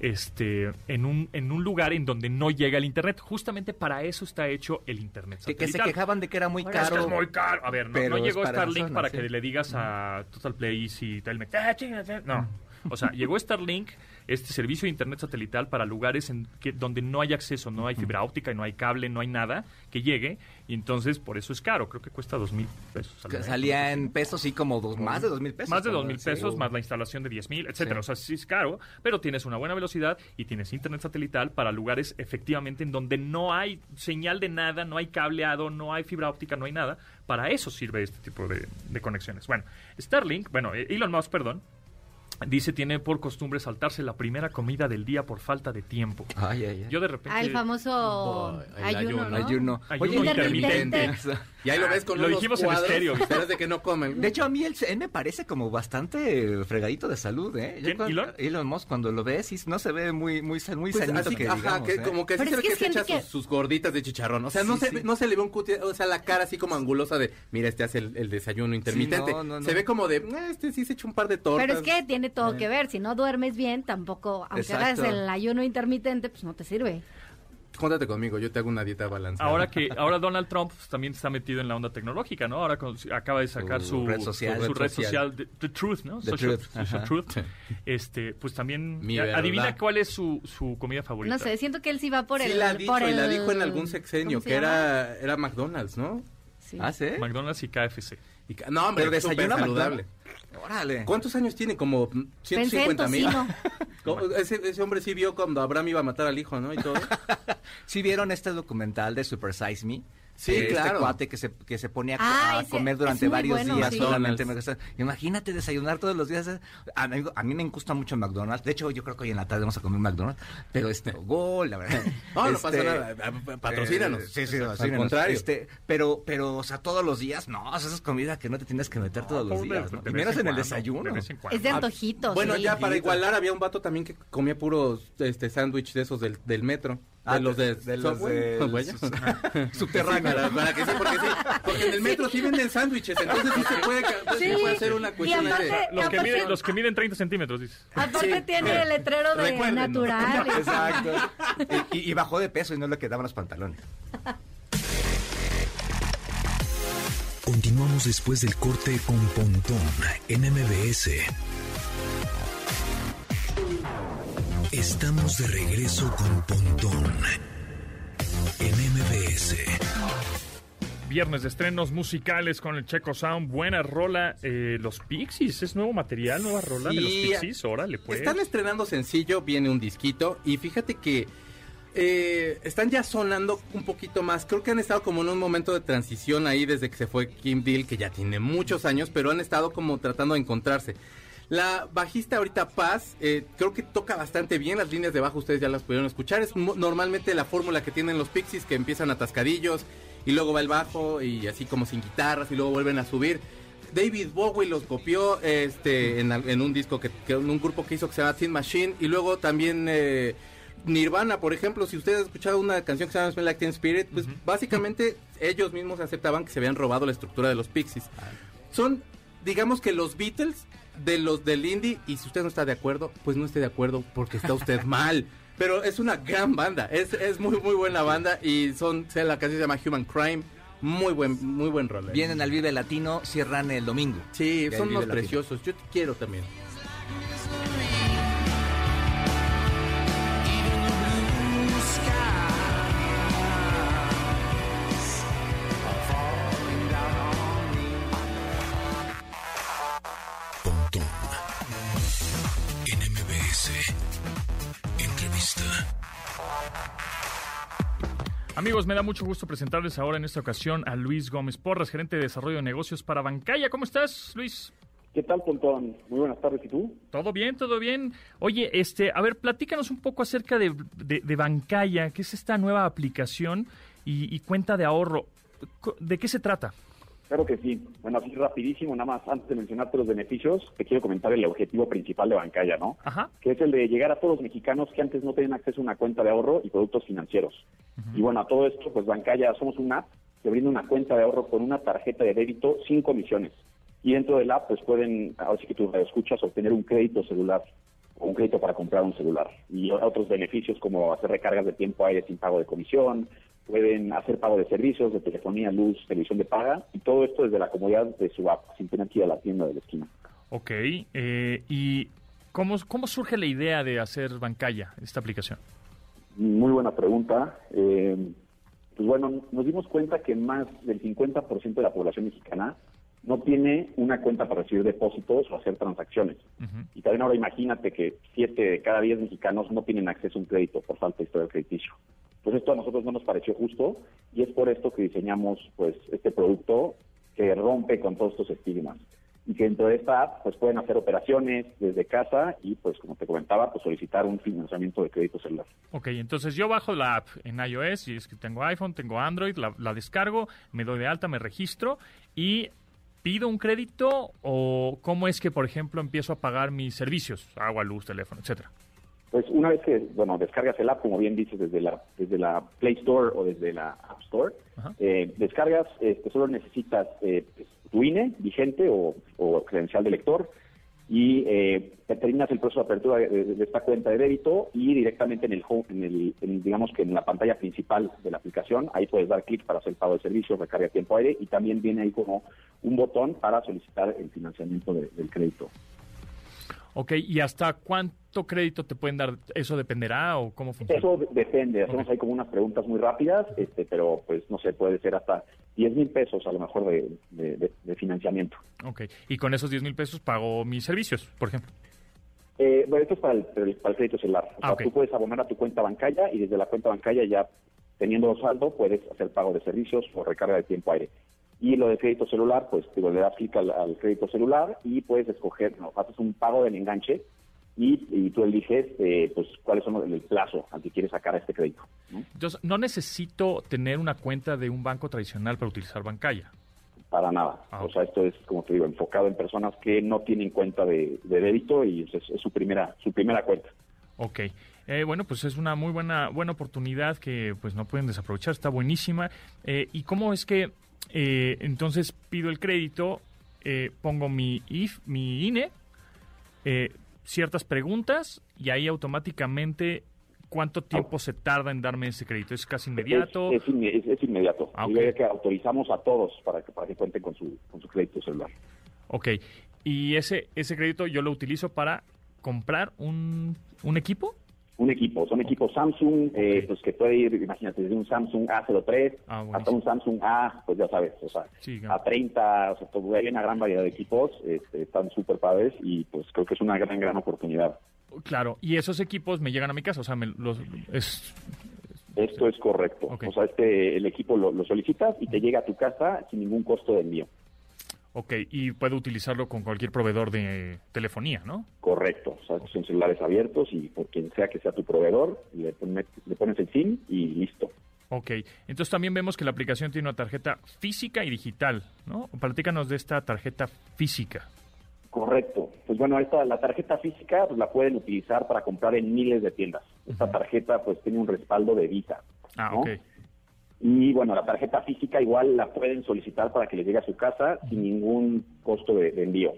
Speaker 2: este, en, un, en un lugar en donde no llega el Internet. Justamente para eso está hecho el Internet.
Speaker 5: Que, que se
Speaker 2: satelital.
Speaker 5: quejaban de que era muy
Speaker 3: Ahora es
Speaker 2: Es que
Speaker 5: caro.
Speaker 2: es muy caro. A ver, no,
Speaker 5: Pero
Speaker 2: no
Speaker 5: es
Speaker 2: llegó
Speaker 5: para
Speaker 2: Starlink
Speaker 5: personas,
Speaker 2: para
Speaker 5: sí.
Speaker 2: que le digas a Total Play y Telmex. "Ah, chinga, chinga". No. O sea, llegó Starlink, este servicio de internet satelital para lugares en que, donde no hay acceso, no hay fibra óptica, y no hay cable, no hay nada que llegue. Y entonces, por eso es caro. Creo que cuesta dos mil pesos. al
Speaker 5: Que
Speaker 2: mes,
Speaker 5: salía
Speaker 2: ¿no?
Speaker 5: en pesos, sí, como dos, más de dos mil pesos.
Speaker 2: Más de
Speaker 5: ¿no?
Speaker 2: dos mil
Speaker 5: Sí.
Speaker 2: pesos, más la instalación de diez mil, etcétera.
Speaker 5: Sí.
Speaker 2: O sea, sí es caro, pero tienes una buena velocidad y tienes internet satelital para lugares efectivamente en donde no hay señal de nada, no hay cableado, no hay fibra óptica, no hay nada. Para eso sirve este tipo de, de conexiones. Bueno, Starlink, bueno, eh, Elon Musk, perdón, dice tiene por costumbre saltarse la primera comida del día por falta de tiempo.
Speaker 5: Ay, ay, ay.
Speaker 2: Yo de repente...
Speaker 3: Ah, el famoso
Speaker 4: Ay, el
Speaker 3: ayuno, ¿no?
Speaker 5: Ayuno.
Speaker 2: Ayuno
Speaker 3: intermitente.
Speaker 4: Y ahí lo ves con
Speaker 2: Lo
Speaker 4: unos
Speaker 2: dijimos en
Speaker 4: cuadros,
Speaker 2: estéreo.
Speaker 4: y esperas de que no comen.
Speaker 5: De hecho, a mí él, él me parece como bastante fregadito de salud, ¿eh? Yo
Speaker 2: ¿Quién,
Speaker 5: cuando-
Speaker 2: Elon?
Speaker 5: Musk, cuando lo ves, sí, no se ve muy, muy, san- muy
Speaker 4: Pues
Speaker 5: sanito
Speaker 4: así,
Speaker 5: que
Speaker 4: ajá,
Speaker 5: digamos,
Speaker 4: que
Speaker 5: ¿eh?
Speaker 4: como que
Speaker 3: Pero es
Speaker 4: así se ve
Speaker 3: que
Speaker 4: que
Speaker 3: es
Speaker 4: se echa
Speaker 3: gente que-
Speaker 4: sus, sus gorditas de chicharrón. O sea, no,
Speaker 5: Sí,
Speaker 4: se, ve-
Speaker 5: sí.
Speaker 4: no se le ve un cutie, o sea, la cara así como angulosa de, mira, este hace el, el desayuno intermitente.
Speaker 5: no, no, no.
Speaker 4: Se ve como de, "Ah, este sí se echa un par de tortas.
Speaker 3: Pero es que tiene todo que ver. Si no duermes bien, tampoco, aunque hagas
Speaker 5: Exacto.
Speaker 3: el ayuno intermitente, pues no te sirve.
Speaker 4: Júntate conmigo, yo te hago una dieta balanceada.
Speaker 2: Ahora que ahora Donald Trump pues, también está metido en la onda tecnológica, ¿no? Ahora con- acaba de sacar
Speaker 5: Su
Speaker 2: su,
Speaker 5: red social.
Speaker 2: su
Speaker 5: Red
Speaker 2: red
Speaker 5: social.
Speaker 2: social, The, The Truth, ¿no?
Speaker 5: The Truth,
Speaker 2: social
Speaker 5: ajá.
Speaker 2: Truth. Este, pues también
Speaker 4: Mi
Speaker 2: ya,
Speaker 4: verdad.
Speaker 2: adivina cuál es su, su comida favorita.
Speaker 3: No sé, siento que él sí va por
Speaker 4: sí
Speaker 3: el...
Speaker 4: la ha dicho,
Speaker 3: por
Speaker 4: y la
Speaker 3: el-
Speaker 4: dijo en algún
Speaker 3: ¿cómo
Speaker 4: sexenio,
Speaker 3: se
Speaker 4: que
Speaker 3: llama?
Speaker 4: era, era McDonald's, ¿no?
Speaker 3: Sí.
Speaker 5: ¿Ah, sí?
Speaker 2: McDonald's y KFC.
Speaker 4: Y ca- no, hombre,
Speaker 5: Pero desayuno
Speaker 4: súper saludable.
Speaker 5: McDonald's. Órale.
Speaker 4: ¿Cuántos años tiene? Como mm,
Speaker 3: Pensé en
Speaker 4: 150 mil.
Speaker 3: tocino.
Speaker 4: Como- Ese, ese hombre sí vio cuando Abraham iba a matar al hijo, ¿no? Y todo.
Speaker 5: ¿Sí vieron este documental de Super Size Me?
Speaker 4: Sí,
Speaker 5: Eh, Este
Speaker 4: claro.
Speaker 5: cuate que se, que se pone a,
Speaker 3: Ah,
Speaker 5: a
Speaker 3: ese-
Speaker 5: comer
Speaker 3: es
Speaker 5: durante
Speaker 3: muy
Speaker 5: varios
Speaker 3: bueno,
Speaker 5: días.
Speaker 4: sí.
Speaker 5: solamente
Speaker 4: McDonald's.
Speaker 5: McDonald's. Imagínate desayunar todos los días. A mí, a mí me gusta mucho McDonald's. De hecho, yo creo que hoy en la tarde vamos a comer McDonald's. Pero este, gol, la verdad.
Speaker 4: No, no
Speaker 5: Este,
Speaker 4: pasa nada. a- a- Patrocínanos.
Speaker 5: eh, sí, sí,
Speaker 4: Al
Speaker 5: patrocínanos.
Speaker 4: contrario.
Speaker 5: Este, pero, pero, o sea, todos los días, no, o sea, esa es comida que no te tienes que meter todos los
Speaker 2: Pobre,
Speaker 5: días. ¿no?
Speaker 2: de
Speaker 5: Y
Speaker 2: vez
Speaker 5: menos en el
Speaker 2: cuando, de
Speaker 5: desayuno.
Speaker 2: vez en cuando. Ah,
Speaker 3: Es de antojitos.
Speaker 4: ah, Bueno,
Speaker 3: sí.
Speaker 4: ya para
Speaker 5: Chiquito.
Speaker 4: igualar había un vato también que comía puro este sándwich de esos del, del metro.
Speaker 5: Ah,
Speaker 4: de los de,
Speaker 5: de los
Speaker 4: Subway,
Speaker 5: de-
Speaker 4: Subway.
Speaker 5: sus-
Speaker 4: Subterráneo. para, para que sí, porque sí. Porque en el metro sí, venden sándwiches, entonces sí se puede, ca-
Speaker 3: Sí,
Speaker 4: se puede hacer una
Speaker 3: y
Speaker 4: cuestión
Speaker 3: aparte-
Speaker 4: de...
Speaker 2: Los que,
Speaker 3: Aparte-
Speaker 2: miden, los que miden 30 centímetros, dices.
Speaker 3: Aparte
Speaker 4: Sí.
Speaker 3: tiene el letrero de
Speaker 4: Recuérdenos.
Speaker 3: natural.
Speaker 5: Exacto. Y, y- y bajó de peso y no le quedaban los pantalones.
Speaker 1: Continuamos después del corte con Pontón en MBS. Estamos de regreso con Pontón en MBS.
Speaker 2: Viernes de estrenos musicales con el Checo Sound. Buena rola. eh, los Pixies. ¿Es nuevo material, nueva rola de los
Speaker 4: Sí.
Speaker 2: Pixies? Órale, pues.
Speaker 4: Están estrenando sencillo, viene un disquito y fíjate que eh, están ya sonando un poquito más. Creo que han estado como en un momento de transición ahí desde que se fue Kim Deal, que ya tiene muchos años, pero han estado como tratando de encontrarse. La bajista ahorita Paz, eh, creo que toca bastante bien las líneas de bajo, ustedes ya las pudieron escuchar. Es mo- normalmente la fórmula que tienen los Pixies, que empiezan atascadillos y luego va el bajo y así como sin guitarras y luego vuelven a subir. David Bowie los copió este, en, al- en un disco, que, que- en un grupo que hizo que se llama Sin Machine y luego también... eh, Nirvana, por ejemplo, si ustedes han escuchado una canción que se llama Smell Like Teen Spirit, pues básicamente ellos mismos aceptaban que se habían robado la estructura de los Pixies. Son, digamos que los Beatles de los del indie, y si usted no está de acuerdo, pues no esté de acuerdo porque está usted mal. Pero es una gran banda, es, es muy muy buena banda y son, se- la canción se llama Human Crime, muy buen, muy buen rol.
Speaker 5: Vienen al Vive Latino, cierran el domingo.
Speaker 4: Sí,
Speaker 5: Del
Speaker 4: son
Speaker 5: Vive
Speaker 4: unos
Speaker 5: Latino.
Speaker 4: preciosos, yo te quiero también.
Speaker 1: Pontón en MBS. Entrevista.
Speaker 2: Amigos, me da mucho gusto presentarles ahora en esta ocasión a Luis Gómez Porras, gerente de desarrollo de negocios para Bancaya. ¿Cómo estás, Luis?
Speaker 6: ¿Qué tal, Pontón? Muy buenas tardes. ¿Y tú?
Speaker 2: Todo bien, todo bien. Oye, este, a ver, platícanos un poco acerca de, de, de Bancaya, que es esta nueva aplicación y, y cuenta de ahorro. Co- ¿De qué se trata?
Speaker 6: Claro que sí. Bueno, así rapidísimo, nada más, antes de mencionarte los beneficios, te quiero comentar el objetivo principal de Bancaya, ¿no?
Speaker 2: Ajá.
Speaker 6: Que es el de llegar a todos los mexicanos que antes no tenían acceso a una cuenta de ahorro y productos financieros. Y bueno, a todo esto, pues Bancaya somos una app que brinda una cuenta de ahorro con una tarjeta de débito sin comisiones. Y dentro del app, pues pueden, ahora sí que tú escuchas, obtener un crédito celular o un crédito para comprar un celular. Y otros beneficios como hacer recargas de tiempo aire sin pago de comisión, pueden hacer pago de servicios, de telefonía, luz, televisión de paga, y todo esto desde la comodidad de su app, sin tener que ir a la tienda de la esquina.
Speaker 2: Ok. eh, ¿Y cómo, cómo surge la idea de hacer Bancaya, esta aplicación?
Speaker 6: Muy buena pregunta. Eh, pues bueno, nos dimos cuenta que más del 50% de la población mexicana no tiene una cuenta para recibir depósitos o hacer transacciones.
Speaker 2: Ujú.
Speaker 6: Y también ahora imagínate que 7 de cada 10 mexicanos no tienen acceso a un crédito por falta de historial crediticio. Pues esto a nosotros no nos pareció justo y es por esto que diseñamos pues este producto que rompe con todos estos estigmas y que dentro de esta app pues pueden hacer operaciones desde casa y pues como te comentaba pues solicitar un financiamiento de crédito celular.
Speaker 2: Ok, entonces yo bajo la app en iOS, y es que tengo iPhone, tengo Android, la, la descargo, me doy de alta, me registro y pido un crédito o cómo es que, por ejemplo, empiezo a pagar mis servicios, agua, luz, teléfono, etcétera.
Speaker 6: Pues una vez que, bueno, descargas el app, como bien dices, desde la, desde la Play Store o desde la App Store,
Speaker 2: Ajá.
Speaker 6: eh, descargas, este, solo necesitas eh, pues, tu INE vigente o, o credencial de lector y eh, terminas el proceso de apertura de, de- de esta cuenta de débito y directamente en el, home- en el en, digamos que en la pantalla principal de la aplicación, ahí puedes dar clic para hacer pago de servicios, recarga tiempo aire y también viene ahí como un botón para solicitar el financiamiento de- del crédito.
Speaker 2: Ok, ¿y hasta cuánto crédito te pueden dar? ¿Eso dependerá o cómo funciona?
Speaker 6: Eso de- depende, hacemos
Speaker 2: Ok.
Speaker 6: ahí como unas preguntas muy rápidas, este, pero pues no sé, puede ser hasta 10 mil pesos a lo mejor de, de- de- de financiamiento.
Speaker 2: Ok, y con esos 10 mil pesos pago mis servicios, por ejemplo.
Speaker 6: Eh, bueno, esto es para el, para el- para el crédito celular. O
Speaker 2: Ah,
Speaker 6: sea,
Speaker 2: ok.
Speaker 6: Tú puedes abonar a tu cuenta bancaria y desde la cuenta bancaria ya teniendo saldo puedes hacer pago de servicios o recarga de tiempo aire. Y lo de crédito celular, pues digo, le das clic al, al crédito celular y puedes escoger, no, haces un pago del enganche y, y tú eliges eh, pues cuáles son los- el plazo al que quieres sacar este crédito. ¿no?
Speaker 2: Entonces, no necesito tener una cuenta de un banco tradicional para utilizar Bancaya.
Speaker 6: Para nada.
Speaker 2: Ah,
Speaker 6: O sea, esto es, como te digo, enfocado en personas que no tienen cuenta de, de débito y es, es su primera su primera cuenta.
Speaker 2: Ok. Eh, bueno, pues es una muy buena, buena oportunidad que pues no pueden desaprovechar, está buenísima. Eh, ¿Y cómo es que eh, entonces pido el crédito, eh, pongo mi IF, mi INE, eh, ciertas preguntas y ahí automáticamente cuánto tiempo se tarda en darme ese crédito? ¿Es casi inmediato?
Speaker 6: Es, es inme- es- es inmediato.
Speaker 2: Ah,
Speaker 6: Y
Speaker 2: ok.
Speaker 6: ve que autorizamos a todos para que, para que cuenten con su, con su crédito celular.
Speaker 2: Ok. ¿Y ese, ese crédito yo lo utilizo para comprar un, un equipo?
Speaker 6: Un equipo, son equipos Samsung, eh, pues que puede ir, imagínate, desde un Samsung A03
Speaker 2: Ah, buenísimo.
Speaker 6: hasta un Samsung A, pues ya sabes, o sea,
Speaker 2: Sí, claro.
Speaker 6: A30, o sea, todo- hay una gran variedad de equipos, este, están súper padres y pues creo que es una gran, gran oportunidad.
Speaker 2: Claro. Y esos equipos me llegan a mi casa, o sea, me los, es,
Speaker 6: Esto es correcto.
Speaker 2: Ok.
Speaker 6: O sea, este, el equipo lo, lo solicitas y te llega a tu casa sin ningún costo de envío.
Speaker 2: Ok, y puedo utilizarlo con cualquier proveedor de telefonía, ¿no?
Speaker 6: Correcto. O sea, estos son celulares abiertos y por quien sea que sea tu proveedor, le, pone- le pones el SIM y listo.
Speaker 2: Ok, entonces también vemos que la aplicación tiene una tarjeta física y digital, ¿no? Platícanos de esta tarjeta física.
Speaker 6: Correcto. Pues bueno, esta, la tarjeta física pues, la pueden utilizar para comprar en miles de tiendas. Esta tarjeta pues tiene un respaldo de Visa.
Speaker 2: Ah,
Speaker 6: ¿no?
Speaker 2: ok.
Speaker 6: Y bueno, la tarjeta física igual la pueden solicitar para que les llegue a su casa sin ningún costo de, de envío.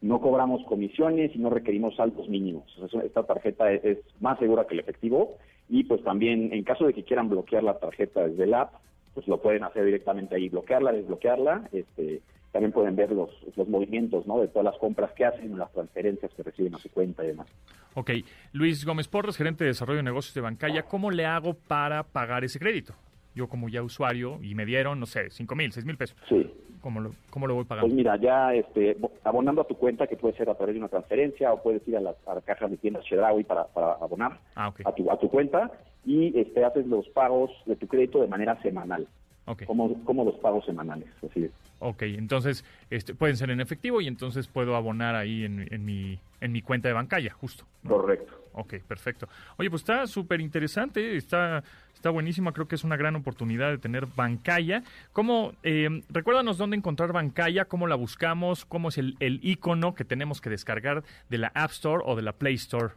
Speaker 6: No cobramos comisiones y no requerimos saldos mínimos. O sea, esta tarjeta es, es más segura que el efectivo y pues también en caso de que quieran bloquear la tarjeta desde el app, pues lo pueden hacer directamente ahí, bloquearla, desbloquearla. Este, también pueden ver los, los movimientos ¿no? de todas las compras que hacen, las transferencias que reciben a su cuenta y demás.
Speaker 2: Ok, Luis Gómez Porras, gerente de desarrollo de negocios de Bancaya, ¿cómo le hago para pagar ese crédito? Yo como ya usuario y me dieron, no sé, cinco mil, seis mil pesos.
Speaker 6: Sí.
Speaker 2: ¿Cómo lo, cómo lo voy
Speaker 6: Pues
Speaker 2: pagando?
Speaker 6: mira, ya este, bo- abonando a tu cuenta, que puede ser a través de una transferencia o puedes ir a las a cajas de tiendas Chedraui para, para abonar
Speaker 2: Ah, ok.
Speaker 6: a, tu, a tu cuenta y este, haces los pagos de tu crédito de manera semanal,
Speaker 2: Ok,
Speaker 6: como, como los pagos semanales. Así es.
Speaker 2: ok. entonces este, pueden ser en efectivo y entonces puedo abonar ahí en, en mi, en mi cuenta de Bancaya, justo.
Speaker 6: Correcto.
Speaker 2: Ok, perfecto. Oye, pues está súper interesante, está, está buenísima, creo que es una gran oportunidad de tener Bancaya. ¿Cómo, eh, recuérdanos dónde encontrar Bancaya, cómo la buscamos, cómo es el, el icono que tenemos que descargar de la App Store o de la Play Store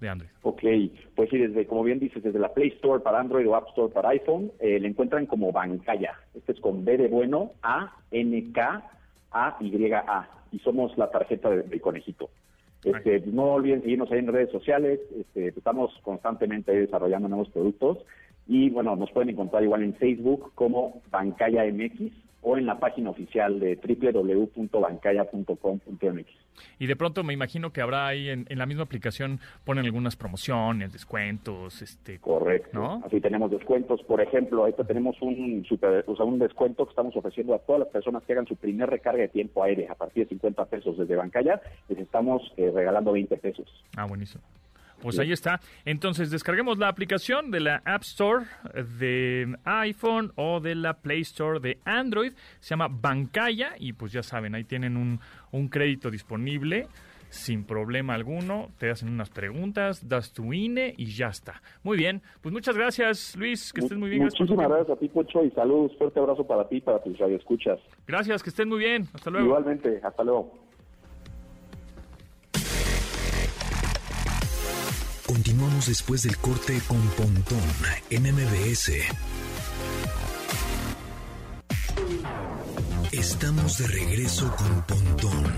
Speaker 2: de Android?
Speaker 6: Ok, pues sí, desde, como bien dices, desde la Play Store para Android o App Store para iPhone, eh, le encuentran como Bancaya. Este es con B de bueno, A, N, K, A, Y, A. Y somos la tarjeta de- del conejito. Este, no olviden seguirnos ahí en redes sociales. Este, estamos constantemente ahí desarrollando nuevos productos. Y bueno, nos pueden encontrar igual en Facebook como Bancaya MX o en la página oficial de www.bancaya.com.mx.
Speaker 2: Y de pronto me imagino que habrá ahí en, en la misma aplicación ponen algunas promociones, descuentos, este,
Speaker 6: Correcto.
Speaker 2: ¿no?
Speaker 6: Así tenemos descuentos. Por ejemplo, ahorita tenemos un super, o sea, un descuento que estamos ofreciendo a todas las personas que hagan su primer recarga de tiempo aire a partir de 50 pesos desde Bancaya. Les estamos eh, regalando 20 pesos.
Speaker 2: Ah, buenísimo. Pues ahí está. Entonces, descarguemos la aplicación de la App Store de iPhone o de la Play Store de Android. Se llama Bancaya y pues ya saben, ahí tienen un, un crédito disponible sin problema alguno. Te hacen unas preguntas, das tu INE y ya está. Muy bien. Pues muchas gracias, Luis. Que estés muy bien. Gracias por tu
Speaker 6: Muchísimas
Speaker 2: tiempo.
Speaker 6: gracias a ti, Pocho, y saludos. Fuerte abrazo para ti y para tus radioescuchas.
Speaker 2: Gracias, que estén muy bien. Hasta luego.
Speaker 6: Igualmente, hasta luego.
Speaker 1: Continuamos después del corte con Pontón en MBS. Estamos de regreso con Pontón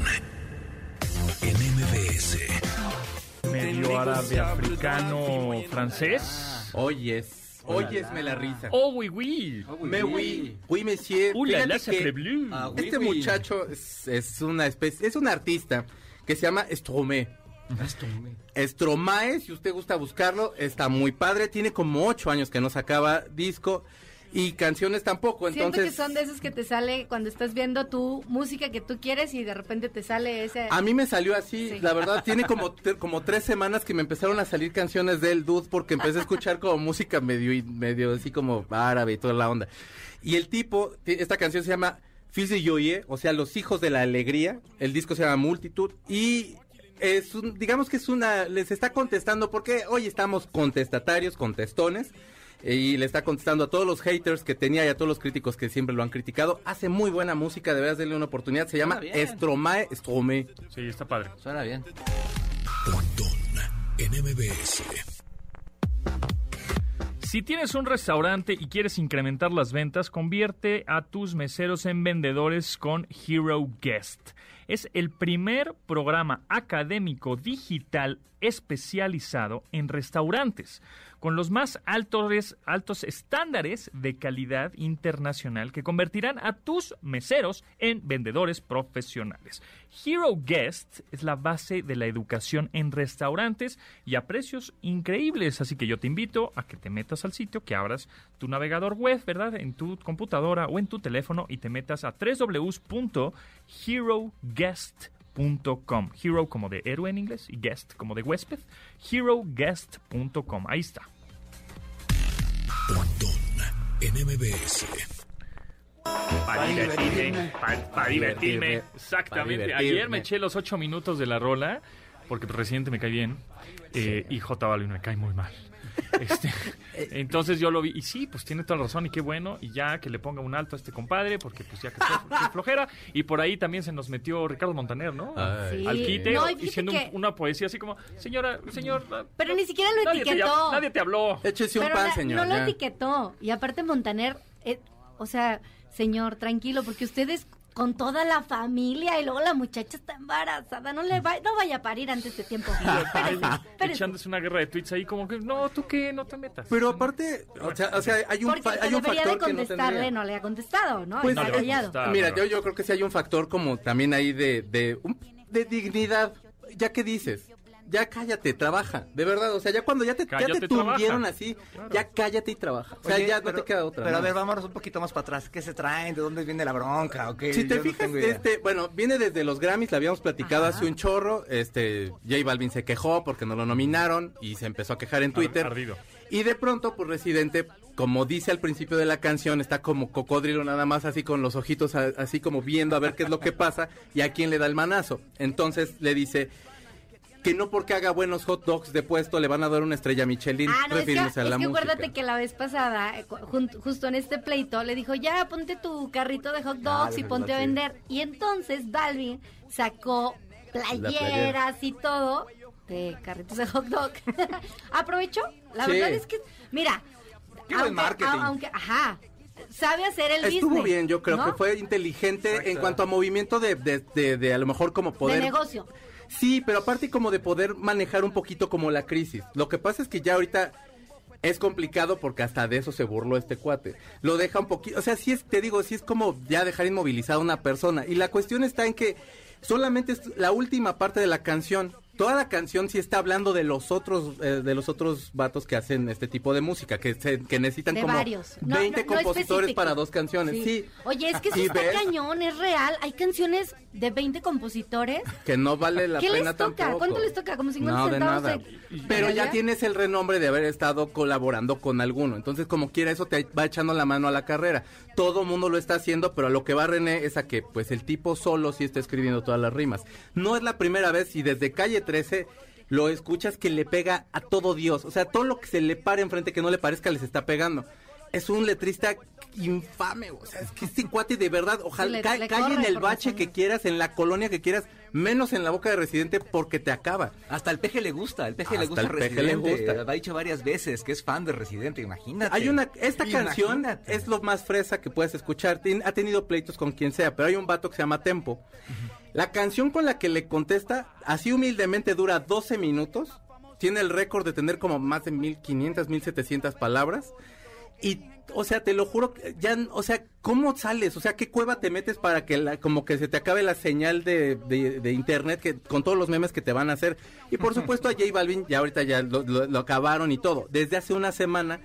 Speaker 1: en MBS.
Speaker 2: Medio árabe, africano, francés.
Speaker 4: Oyes, oyes me la risa.
Speaker 2: Oh, oui, oui.
Speaker 4: Me oui, oui monsieur.
Speaker 2: Uh, la, la,
Speaker 4: Fíjate que
Speaker 2: sacre bleu.
Speaker 5: Ah, oui,
Speaker 4: Este
Speaker 5: oui.
Speaker 4: muchacho es, es una especie, es un artista que se llama Stromé. Stromae, si usted gusta buscarlo, está muy padre. Tiene como ocho años que no sacaba disco y canciones tampoco.
Speaker 3: Siento
Speaker 4: Entonces,
Speaker 3: que son de esos que te sale cuando estás viendo tu música que tú quieres y de repente te sale ese...
Speaker 4: a mí me salió así.
Speaker 3: Sí.
Speaker 4: La verdad, tiene como, te- como tres semanas que me empezaron a salir canciones del dude porque empecé a escuchar como música medio, y- medio así como árabe y toda la onda. Y el tipo, ti- esta canción se llama Fils de Yoye, o sea, Los Hijos de la Alegría. El disco se llama Multitud y es un- digamos que es una, les está contestando porque hoy estamos contestatarios, contestones. Y le está contestando a todos los haters que tenía y a todos los críticos que siempre lo han criticado. Hace muy buena música, de verdad, denle una oportunidad. Se llama
Speaker 5: Suena bien.
Speaker 4: Estromae Stromé.
Speaker 2: Sí, está padre.
Speaker 5: Suena bien.
Speaker 1: Pontón en MBS.
Speaker 2: Si tienes un restaurante y quieres incrementar las ventas, convierte a tus meseros en vendedores con Hero Guest. Es el primer programa académico digital especializado en restaurantes, con los más altos, altos estándares de calidad internacional que convertirán a tus meseros en vendedores profesionales. Hero Guest es la base de la educación en restaurantes y a precios increíbles. Así que yo te invito a que te metas al sitio, que abras tu navegador web, ¿verdad? En tu computadora o en tu teléfono y te metas a www.heroguest.com. Hero como de héroe en inglés y guest como de huésped. Heroguest.com. Ahí está.
Speaker 1: Pontón en MBS.
Speaker 2: Para divertirme, para, divertirme.
Speaker 4: divertirme,
Speaker 2: Exactamente.
Speaker 4: pa'
Speaker 2: Ayer me
Speaker 4: divertirme.
Speaker 2: eché los ocho minutos de la rola, porque Residente me cae bien, eh, y J Balvin me cae muy mal. Este, entonces yo lo vi, y sí, pues tiene toda la razón, y qué bueno, y ya que le ponga un alto a este compadre, porque pues ya que fue- fue flojera, y por ahí también se nos metió Ricardo Montaner, ¿no?
Speaker 4: Ay.
Speaker 3: Sí.
Speaker 2: Al quite,
Speaker 3: No, y fíjate
Speaker 2: diciendo un-
Speaker 3: que-
Speaker 2: una poesía así como, señora, señor...
Speaker 3: Pero ni siquiera lo
Speaker 2: nadie te
Speaker 3: etiquetó.
Speaker 2: llam- nadie te habló.
Speaker 4: Échese un
Speaker 3: Pero
Speaker 4: pan,
Speaker 3: la-
Speaker 4: señor.
Speaker 3: No lo
Speaker 4: ya.
Speaker 3: etiquetó. Y aparte Montaner, eh, o sea, señor, tranquilo, porque ustedes con toda la familia y luego la muchacha está embarazada, no le va, no vaya a parir antes de tiempo. Espérese, espérese.
Speaker 2: Echándose una guerra de tweets ahí como que, no, tú qué, no te metas.
Speaker 4: Pero aparte, o sea, o sea, hay un,
Speaker 3: Porque
Speaker 4: fa-
Speaker 3: el que
Speaker 4: hay un
Speaker 3: debería de
Speaker 4: factor que no
Speaker 3: contestarle
Speaker 4: tendría.
Speaker 3: no, le ha contestado, ¿no?
Speaker 4: Pues,
Speaker 3: Está
Speaker 2: No le va a
Speaker 3: callado.
Speaker 2: contestar. Ah,
Speaker 4: Mira, yo,
Speaker 2: claro.
Speaker 4: yo creo que sí hay un factor como también ahí de, de, un- de dignidad. Ya que dices, ya cállate, trabaja. De verdad, o sea, ya cuando ya te, ya
Speaker 2: Cállate,
Speaker 4: te tundieron
Speaker 2: trabaja.
Speaker 4: así,
Speaker 2: Claro.
Speaker 4: ya cállate y trabaja. O sea,
Speaker 5: Oye,
Speaker 4: ya
Speaker 5: pero-
Speaker 4: no te queda otra.
Speaker 5: Pero a
Speaker 4: ¿no?
Speaker 5: ver, vámonos un poquito más para atrás. ¿Qué se traen? ¿De dónde viene la bronca? ¿O qué?
Speaker 4: Si te
Speaker 5: eh, Yo no
Speaker 4: fijas,
Speaker 5: tengo idea.
Speaker 4: este, bueno, viene desde los Grammys, la habíamos platicado hace un chorro. Este, J Balvin se quejó porque no lo nominaron y se empezó a quejar en Twitter.
Speaker 2: ardido.
Speaker 4: Y de pronto, pues Residente, como dice al principio de la canción, está como cocodrilo nada más, así con los ojitos, a- así como viendo a ver qué es lo que pasa y a quién le da el manazo. Entonces le dice, que no porque haga buenos hot dogs de puesto le van a dar una estrella a Michelin.
Speaker 3: Ah, no, es que,
Speaker 4: refiriéndose a
Speaker 3: es
Speaker 4: la
Speaker 3: que
Speaker 4: música.
Speaker 3: acuérdate que la vez pasada, eh, cu- jun- justo en este pleito, le dijo, ya, ponte tu carrito de hot
Speaker 4: Ah,
Speaker 3: dogs
Speaker 4: de
Speaker 3: y
Speaker 4: hot
Speaker 3: ponte a
Speaker 4: dogs, sí.
Speaker 3: vender. Y entonces Balvin sacó playeras
Speaker 4: playera.
Speaker 3: y todo de carritos de hot dog. Aprovechó. La
Speaker 4: Sí.
Speaker 3: verdad es que, mira,
Speaker 5: Qué buen marketing.
Speaker 3: a- aunque- ajá, sabe hacer el business.
Speaker 4: Estuvo bien, yo creo
Speaker 3: ¿no?
Speaker 4: que fue inteligente en
Speaker 5: Exacto.
Speaker 4: cuanto a movimiento de, de, de- de a lo mejor como
Speaker 3: de
Speaker 4: poder...
Speaker 3: negocio.
Speaker 4: Sí, pero aparte como de poder manejar un poquito como la crisis. Lo que pasa es que ya ahorita es complicado porque hasta de eso se burló este cuate. Lo deja un poquito, o sea, sí es, te digo, sí es como ya dejar inmovilizada a una persona. Y la cuestión está en que solamente es la última parte de la canción. Toda la canción sí está hablando de los otros, eh, de los otros vatos que hacen este tipo de música, que, se- que necesitan
Speaker 3: De
Speaker 4: como
Speaker 3: varios. No,
Speaker 4: 20
Speaker 3: no, no
Speaker 4: compositores
Speaker 3: específico.
Speaker 4: para dos canciones. Sí.
Speaker 3: Oye, es que eso
Speaker 4: Y
Speaker 3: está
Speaker 4: ves
Speaker 3: cañón, es real. Hay canciones de 20 compositores.
Speaker 4: Que no vale la
Speaker 3: ¿Qué
Speaker 4: pena
Speaker 3: les toca?
Speaker 4: tampoco.
Speaker 3: ¿Cuánto les toca? ¿Como 50
Speaker 4: No, de
Speaker 3: centavos
Speaker 4: nada.
Speaker 3: de-
Speaker 4: Pero
Speaker 3: de
Speaker 4: ya
Speaker 3: allá?
Speaker 4: tienes el renombre de haber estado colaborando con alguno. Entonces, como quiera, eso te va echando la mano a la carrera. Todo mundo lo está haciendo, pero a lo que va René es a que, pues, el tipo solo sí está escribiendo todas las rimas. No es la primera vez y desde Calle 13 lo escuchas que le pega a todo Dios. O sea, todo lo que se le pare enfrente que no le parezca les está pegando. Es un letrista infame, o sea, es que este cuate de verdad, ojalá
Speaker 3: Le-
Speaker 4: ca-
Speaker 3: le
Speaker 4: calle en
Speaker 3: corre
Speaker 4: el
Speaker 3: por
Speaker 4: bache
Speaker 3: los
Speaker 4: que
Speaker 3: años.
Speaker 4: quieras, en la colonia que quieras, menos en la boca de residente porque te acaba.
Speaker 5: Hasta el peje le gusta, el peje
Speaker 4: Hasta
Speaker 5: le gusta
Speaker 4: el peje
Speaker 5: Residente.
Speaker 4: le gusta.
Speaker 5: Lo ha dicho varias veces que es fan de Residente, imagínate.
Speaker 4: Hay una, esta canción
Speaker 5: Imagínate.
Speaker 4: es lo más fresa que puedes escuchar. Tien- ha tenido pleitos con quien sea, pero hay un vato que se llama Tempo. La canción con la que le contesta, así humildemente dura 12 minutos. Tiene el récord de tener como más de 1500, 1700 palabras. Y, o sea, te lo juro, que ya, o sea, ¿cómo sales? O sea, ¿qué cueva te metes para que la, como que se te acabe la señal de, de- de internet que, con todos los memes que te van a hacer? Y por supuesto a J Balvin ya ahorita ya lo, lo- lo acabaron y todo. Desde hace una semana,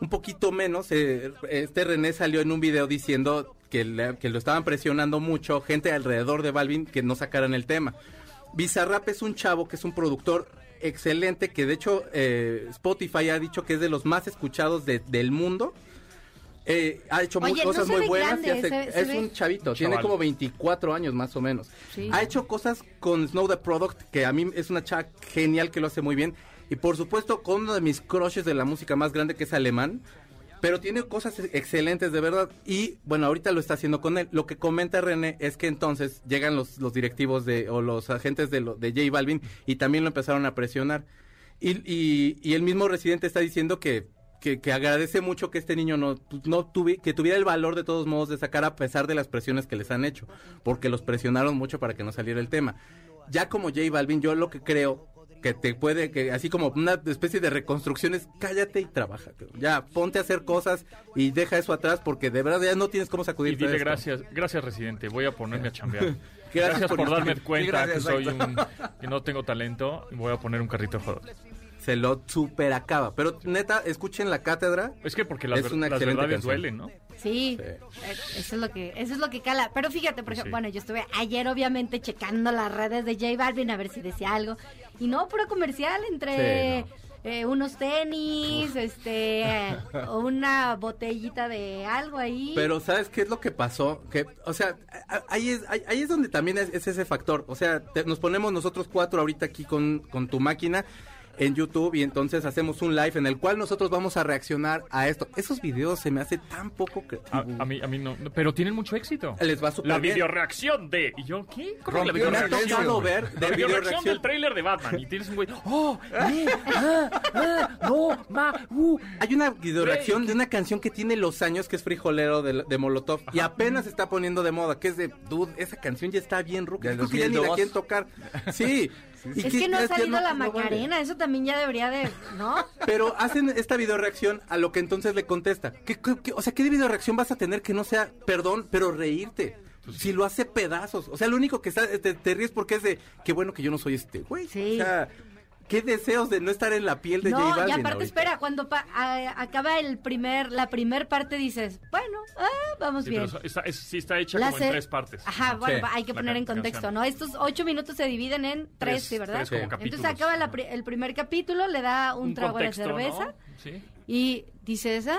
Speaker 4: un poquito menos, eh, este René salió en un video diciendo que, le- que lo estaban presionando mucho, gente alrededor de Balvin que no sacaran el tema. Bizarrap es un chavo que es un productor excelente, que de hecho eh, Spotify ha dicho que es de los más escuchados de- del mundo. Eh, ha hecho mu-
Speaker 3: Oye, no
Speaker 4: cosas
Speaker 3: se
Speaker 4: muy
Speaker 3: ve
Speaker 4: buenas. y
Speaker 3: grande,
Speaker 4: hace-
Speaker 3: se- se
Speaker 4: es
Speaker 3: ve-
Speaker 4: un chavito,
Speaker 2: Un
Speaker 4: tiene
Speaker 2: chaval.
Speaker 4: como 24 años más o menos.
Speaker 3: Sí.
Speaker 4: Ha hecho cosas con Snow the Product, que a mí es una chava genial que lo hace muy bien. Y por supuesto con uno de mis crushes de la música más grande, que es alemán. Pero tiene cosas excelentes de verdad. Y bueno, ahorita lo está haciendo con él. Lo que comenta René es que entonces llegan los, los directivos de, o los agentes de, lo- de J Balvin y también lo empezaron a presionar. Y, y- y el mismo residente está diciendo que, que, que agradece mucho que este niño no, no tuvi- que tuviera el valor de todos modos de sacar a pesar de las presiones que les han hecho. Porque los presionaron mucho para que no saliera el tema. Ya como J Balvin, yo lo que creo que te puede, que así como una especie de reconstrucción es cállate y trabaja. cabrón. Ya, ponte a hacer cosas y deja eso atrás porque de verdad ya no tienes cómo
Speaker 2: Y
Speaker 4: sacudirte. de
Speaker 2: dile
Speaker 4: esto.
Speaker 2: gracias, gracias residente, voy a ponerme a chambear. Gracias por darme cuenta
Speaker 5: Sí,
Speaker 2: que
Speaker 5: gracias,
Speaker 2: soy un que no tengo talento y voy a poner un carrito de juego.
Speaker 4: Se lo super acaba. Pero neta, escuchen la cátedra.
Speaker 2: Es que porque las,
Speaker 4: Es
Speaker 2: ver-
Speaker 4: una
Speaker 2: las
Speaker 4: excelente
Speaker 2: verdades
Speaker 4: canción.
Speaker 2: duelen, ¿no?
Speaker 3: Sí,
Speaker 4: Sí.
Speaker 3: eh, eso es lo que eso es lo que cala. Pero fíjate, por
Speaker 2: Pues
Speaker 3: ejemplo,
Speaker 2: sí.
Speaker 3: bueno, yo estuve ayer obviamente checando las redes de J Balvin a ver si decía algo y no puro comercial entre
Speaker 4: Sí,
Speaker 3: eh, unos tenis, este, o una botellita de algo ahí.
Speaker 4: Pero ¿sabes qué es lo que pasó? Que, o sea, a- a- ahí es, ahí, ahí es donde también es, es ese factor. O sea, te- nos ponemos nosotros cuatro ahorita aquí con, con tu máquina en YouTube y entonces hacemos un live en el cual nosotros vamos a reaccionar a esto. Esos videos se me hace tan poco
Speaker 2: A,
Speaker 4: creativo.
Speaker 2: a mí, a mí no, no, Pero tienen mucho éxito.
Speaker 4: Les va súper
Speaker 2: La
Speaker 4: bien.
Speaker 2: videoreacción de. ¿Y yo qué? ¿Cómo que la
Speaker 5: Rompió
Speaker 4: me ha
Speaker 5: el silencio,
Speaker 2: videoreacción?
Speaker 4: tocado
Speaker 5: güey.
Speaker 4: ver de
Speaker 2: La videoreacción
Speaker 4: videoreacción
Speaker 2: del tráiler de Batman. Y tienes un güey. ¡Oh! ah, uh".
Speaker 4: Hay una videoreacción de una canción que tiene los años que es frijolero de, de Molotov y apenas está poniendo de moda, que es de, dude, esa canción ya está bien ruca.
Speaker 5: Del
Speaker 4: Creo que ya ni la
Speaker 5: 2002.
Speaker 4: quieren tocar. Sí. Y
Speaker 3: es que no
Speaker 4: ya-
Speaker 3: ha
Speaker 4: ya
Speaker 3: salido la
Speaker 4: no vale.
Speaker 3: Macarena, eso también ya debería de, ¿no?
Speaker 4: Pero hacen esta videoreacción a lo que entonces le contesta. ¿Qué, qué- qué- o sea, ¿qué videoreacción vas a tener que no sea, perdón, pero reírte? Si lo hace pedazos. O sea, lo único que está- te, te ríes porque es de, qué bueno que yo no soy este güey.
Speaker 3: Sí.
Speaker 4: O sea, qué deseos de no estar en la piel de
Speaker 3: no,
Speaker 4: J
Speaker 3: y
Speaker 4: Balvin
Speaker 3: aparte
Speaker 4: ahorita.
Speaker 3: espera, cuando pa- a- acaba el primer la primer parte dices, bueno, ah, vamos
Speaker 2: Sí,
Speaker 3: bien.
Speaker 2: pero eso- está, es- sí está hecha
Speaker 3: La
Speaker 2: como
Speaker 3: se-
Speaker 2: en tres partes.
Speaker 3: Ajá, bueno,
Speaker 4: Sí.
Speaker 3: hay que
Speaker 2: La
Speaker 3: poner en
Speaker 2: can-
Speaker 3: contexto,
Speaker 2: canción.
Speaker 3: ¿no? Estos ocho minutos se dividen en tres,
Speaker 2: Tres-
Speaker 3: sí, ¿verdad?
Speaker 2: tres como
Speaker 3: Entonces
Speaker 2: capítulos.
Speaker 3: acaba la pri- el primer capítulo, le da un, trago
Speaker 2: contexto,
Speaker 3: a la cerveza
Speaker 2: ¿no? Sí.
Speaker 3: y dices, ah,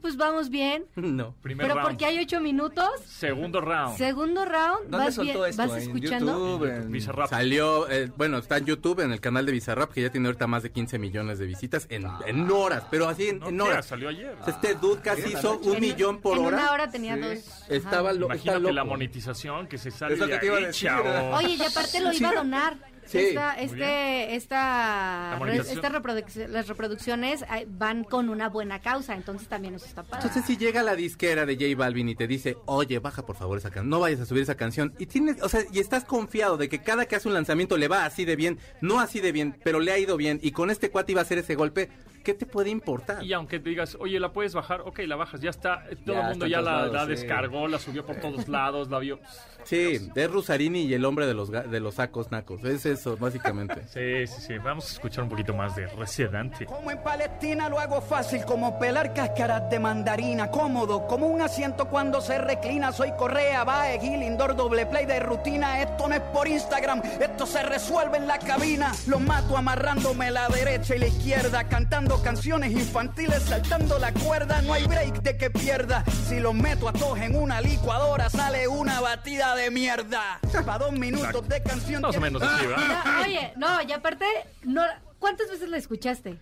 Speaker 3: pues vamos bien.
Speaker 4: No.
Speaker 2: Primer
Speaker 3: Pero
Speaker 2: round.
Speaker 3: porque hay ocho minutos,
Speaker 2: Segundo round.
Speaker 3: segundo round,
Speaker 5: ¿Dónde
Speaker 3: vas,
Speaker 5: soltó
Speaker 3: bien-
Speaker 5: esto?
Speaker 3: vas
Speaker 5: ¿En
Speaker 3: escuchando.
Speaker 5: YouTube? en-
Speaker 2: Bizarrap.
Speaker 4: Salió, eh, bueno, está en YouTube, en el canal de Bizarrap, que ya tiene ahorita más de 15 millones de visitas en, en horas, pero así en,
Speaker 2: Ah. No,
Speaker 4: en
Speaker 2: ¿qué?
Speaker 4: horas.
Speaker 2: Salió ayer.
Speaker 4: O sea, este dude casi hizo un
Speaker 3: En-
Speaker 4: millón por
Speaker 3: en
Speaker 4: hora.
Speaker 3: una hora tenía
Speaker 5: Sí.
Speaker 3: dos. Ajá.
Speaker 4: Estaba lo, está
Speaker 2: Imagínate
Speaker 4: loco.
Speaker 2: la monetización que se sale
Speaker 5: Es lo
Speaker 2: de
Speaker 5: que te iba a
Speaker 2: ahí,
Speaker 5: decir,
Speaker 2: chavo.
Speaker 5: ¿verdad?
Speaker 3: Oye, y aparte lo iba a donar.
Speaker 4: Sí.
Speaker 3: Esta,
Speaker 2: Muy
Speaker 3: este,
Speaker 2: La
Speaker 3: esta,
Speaker 2: monetización.
Speaker 3: esta reproduc- las reproducciones ay, van con una buena causa, entonces también nos está padre.
Speaker 4: Entonces si llega la disquera de J Balvin y te dice, oye, baja por favor esa canción, no vayas a subir esa canción, y tienes, o sea, y estás confiado de que cada que hace un lanzamiento le va así de bien, no así de bien, pero le ha ido bien, y con este cuate iba a hacer ese golpe, ¿qué te puede importar?
Speaker 2: Y aunque te digas, oye, la puedes bajar, ok, la bajas, ya está. eh, Todo
Speaker 5: Ya
Speaker 2: el mundo
Speaker 5: está en
Speaker 2: ya
Speaker 5: todos
Speaker 2: la,
Speaker 5: lados,
Speaker 2: la
Speaker 5: sí.
Speaker 2: descargó, la subió por todos lados, la vio.
Speaker 4: Sí, es Rusarini y el hombre de los, ga- de los sacos nacos, es eso, básicamente.
Speaker 2: Sí, sí, sí. Vamos a escuchar un poquito más de Residente.
Speaker 7: Como en Palestina lo hago fácil, como pelar cáscaras de mandarina, cómodo, como un asiento cuando se reclina. Soy Correa, Bae, Gilindor, doble play de rutina. Esto no es por Instagram, esto se resuelve en la cabina. Lo mato amarrándome la derecha y la izquierda, cantando canciones infantiles, saltando la cuerda. No hay break de que pierda. Si los meto a todos en una licuadora, sale una batida de mierda. Para dos minutos de canción.
Speaker 2: Más o
Speaker 7: tiene-
Speaker 2: menos así, ¿verdad?
Speaker 3: No, oye, no, y aparte, no, ¿cuántas veces la escuchaste?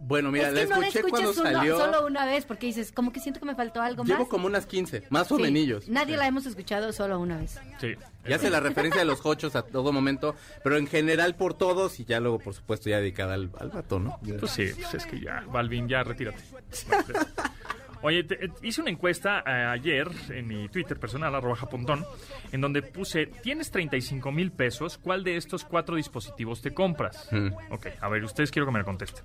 Speaker 4: Bueno, mira,
Speaker 3: es que
Speaker 4: la
Speaker 3: no la
Speaker 4: escuché
Speaker 3: escuchas
Speaker 4: cuando
Speaker 3: una-
Speaker 4: salió,
Speaker 3: solo una vez, porque dices, como que siento que me faltó algo
Speaker 4: llevo
Speaker 3: más.
Speaker 4: como unas 15, más o
Speaker 3: Sí,
Speaker 4: menos.
Speaker 3: Nadie la hemos escuchado solo una vez.
Speaker 2: Sí.
Speaker 4: Ya hace la referencia de los hochos a todo momento, pero en general por todos y ya luego, por supuesto, ya dedicada al, al vato, ¿no?
Speaker 2: Pues sí, pues es que ya, Balvin, ya retírate. Oye, te- eh, hice una encuesta eh, ayer en mi Twitter personal, arroba japontón, en donde puse, tienes 35 mil pesos, ¿cuál de estos cuatro dispositivos te compras?
Speaker 4: Mm.
Speaker 2: Ok, a ver, ustedes quiero que me lo contesten.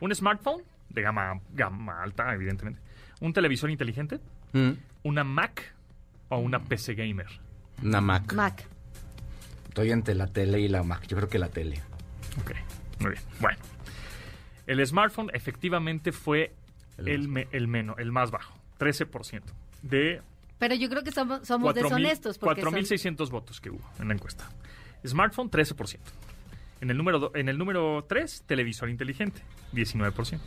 Speaker 2: ¿Un smartphone? De gama, gama alta, evidentemente. ¿Un televisor inteligente?
Speaker 4: Mm.
Speaker 2: ¿Una Mac o una PC gamer?
Speaker 4: Una Mac.
Speaker 3: Mac.
Speaker 5: Estoy entre la tele y la Mac. Yo creo que la tele.
Speaker 2: Ok, muy bien. Bueno, el smartphone efectivamente fue
Speaker 4: El
Speaker 2: el, me- el menos, el más bajo, 13%. De
Speaker 3: Pero yo creo que somos, somos
Speaker 2: cuatro mil-
Speaker 3: deshonestos. porque son-
Speaker 2: 4.600 votos que hubo en la encuesta. Smartphone, 13%. En el número, do- en el número 3, televisor inteligente, 19%.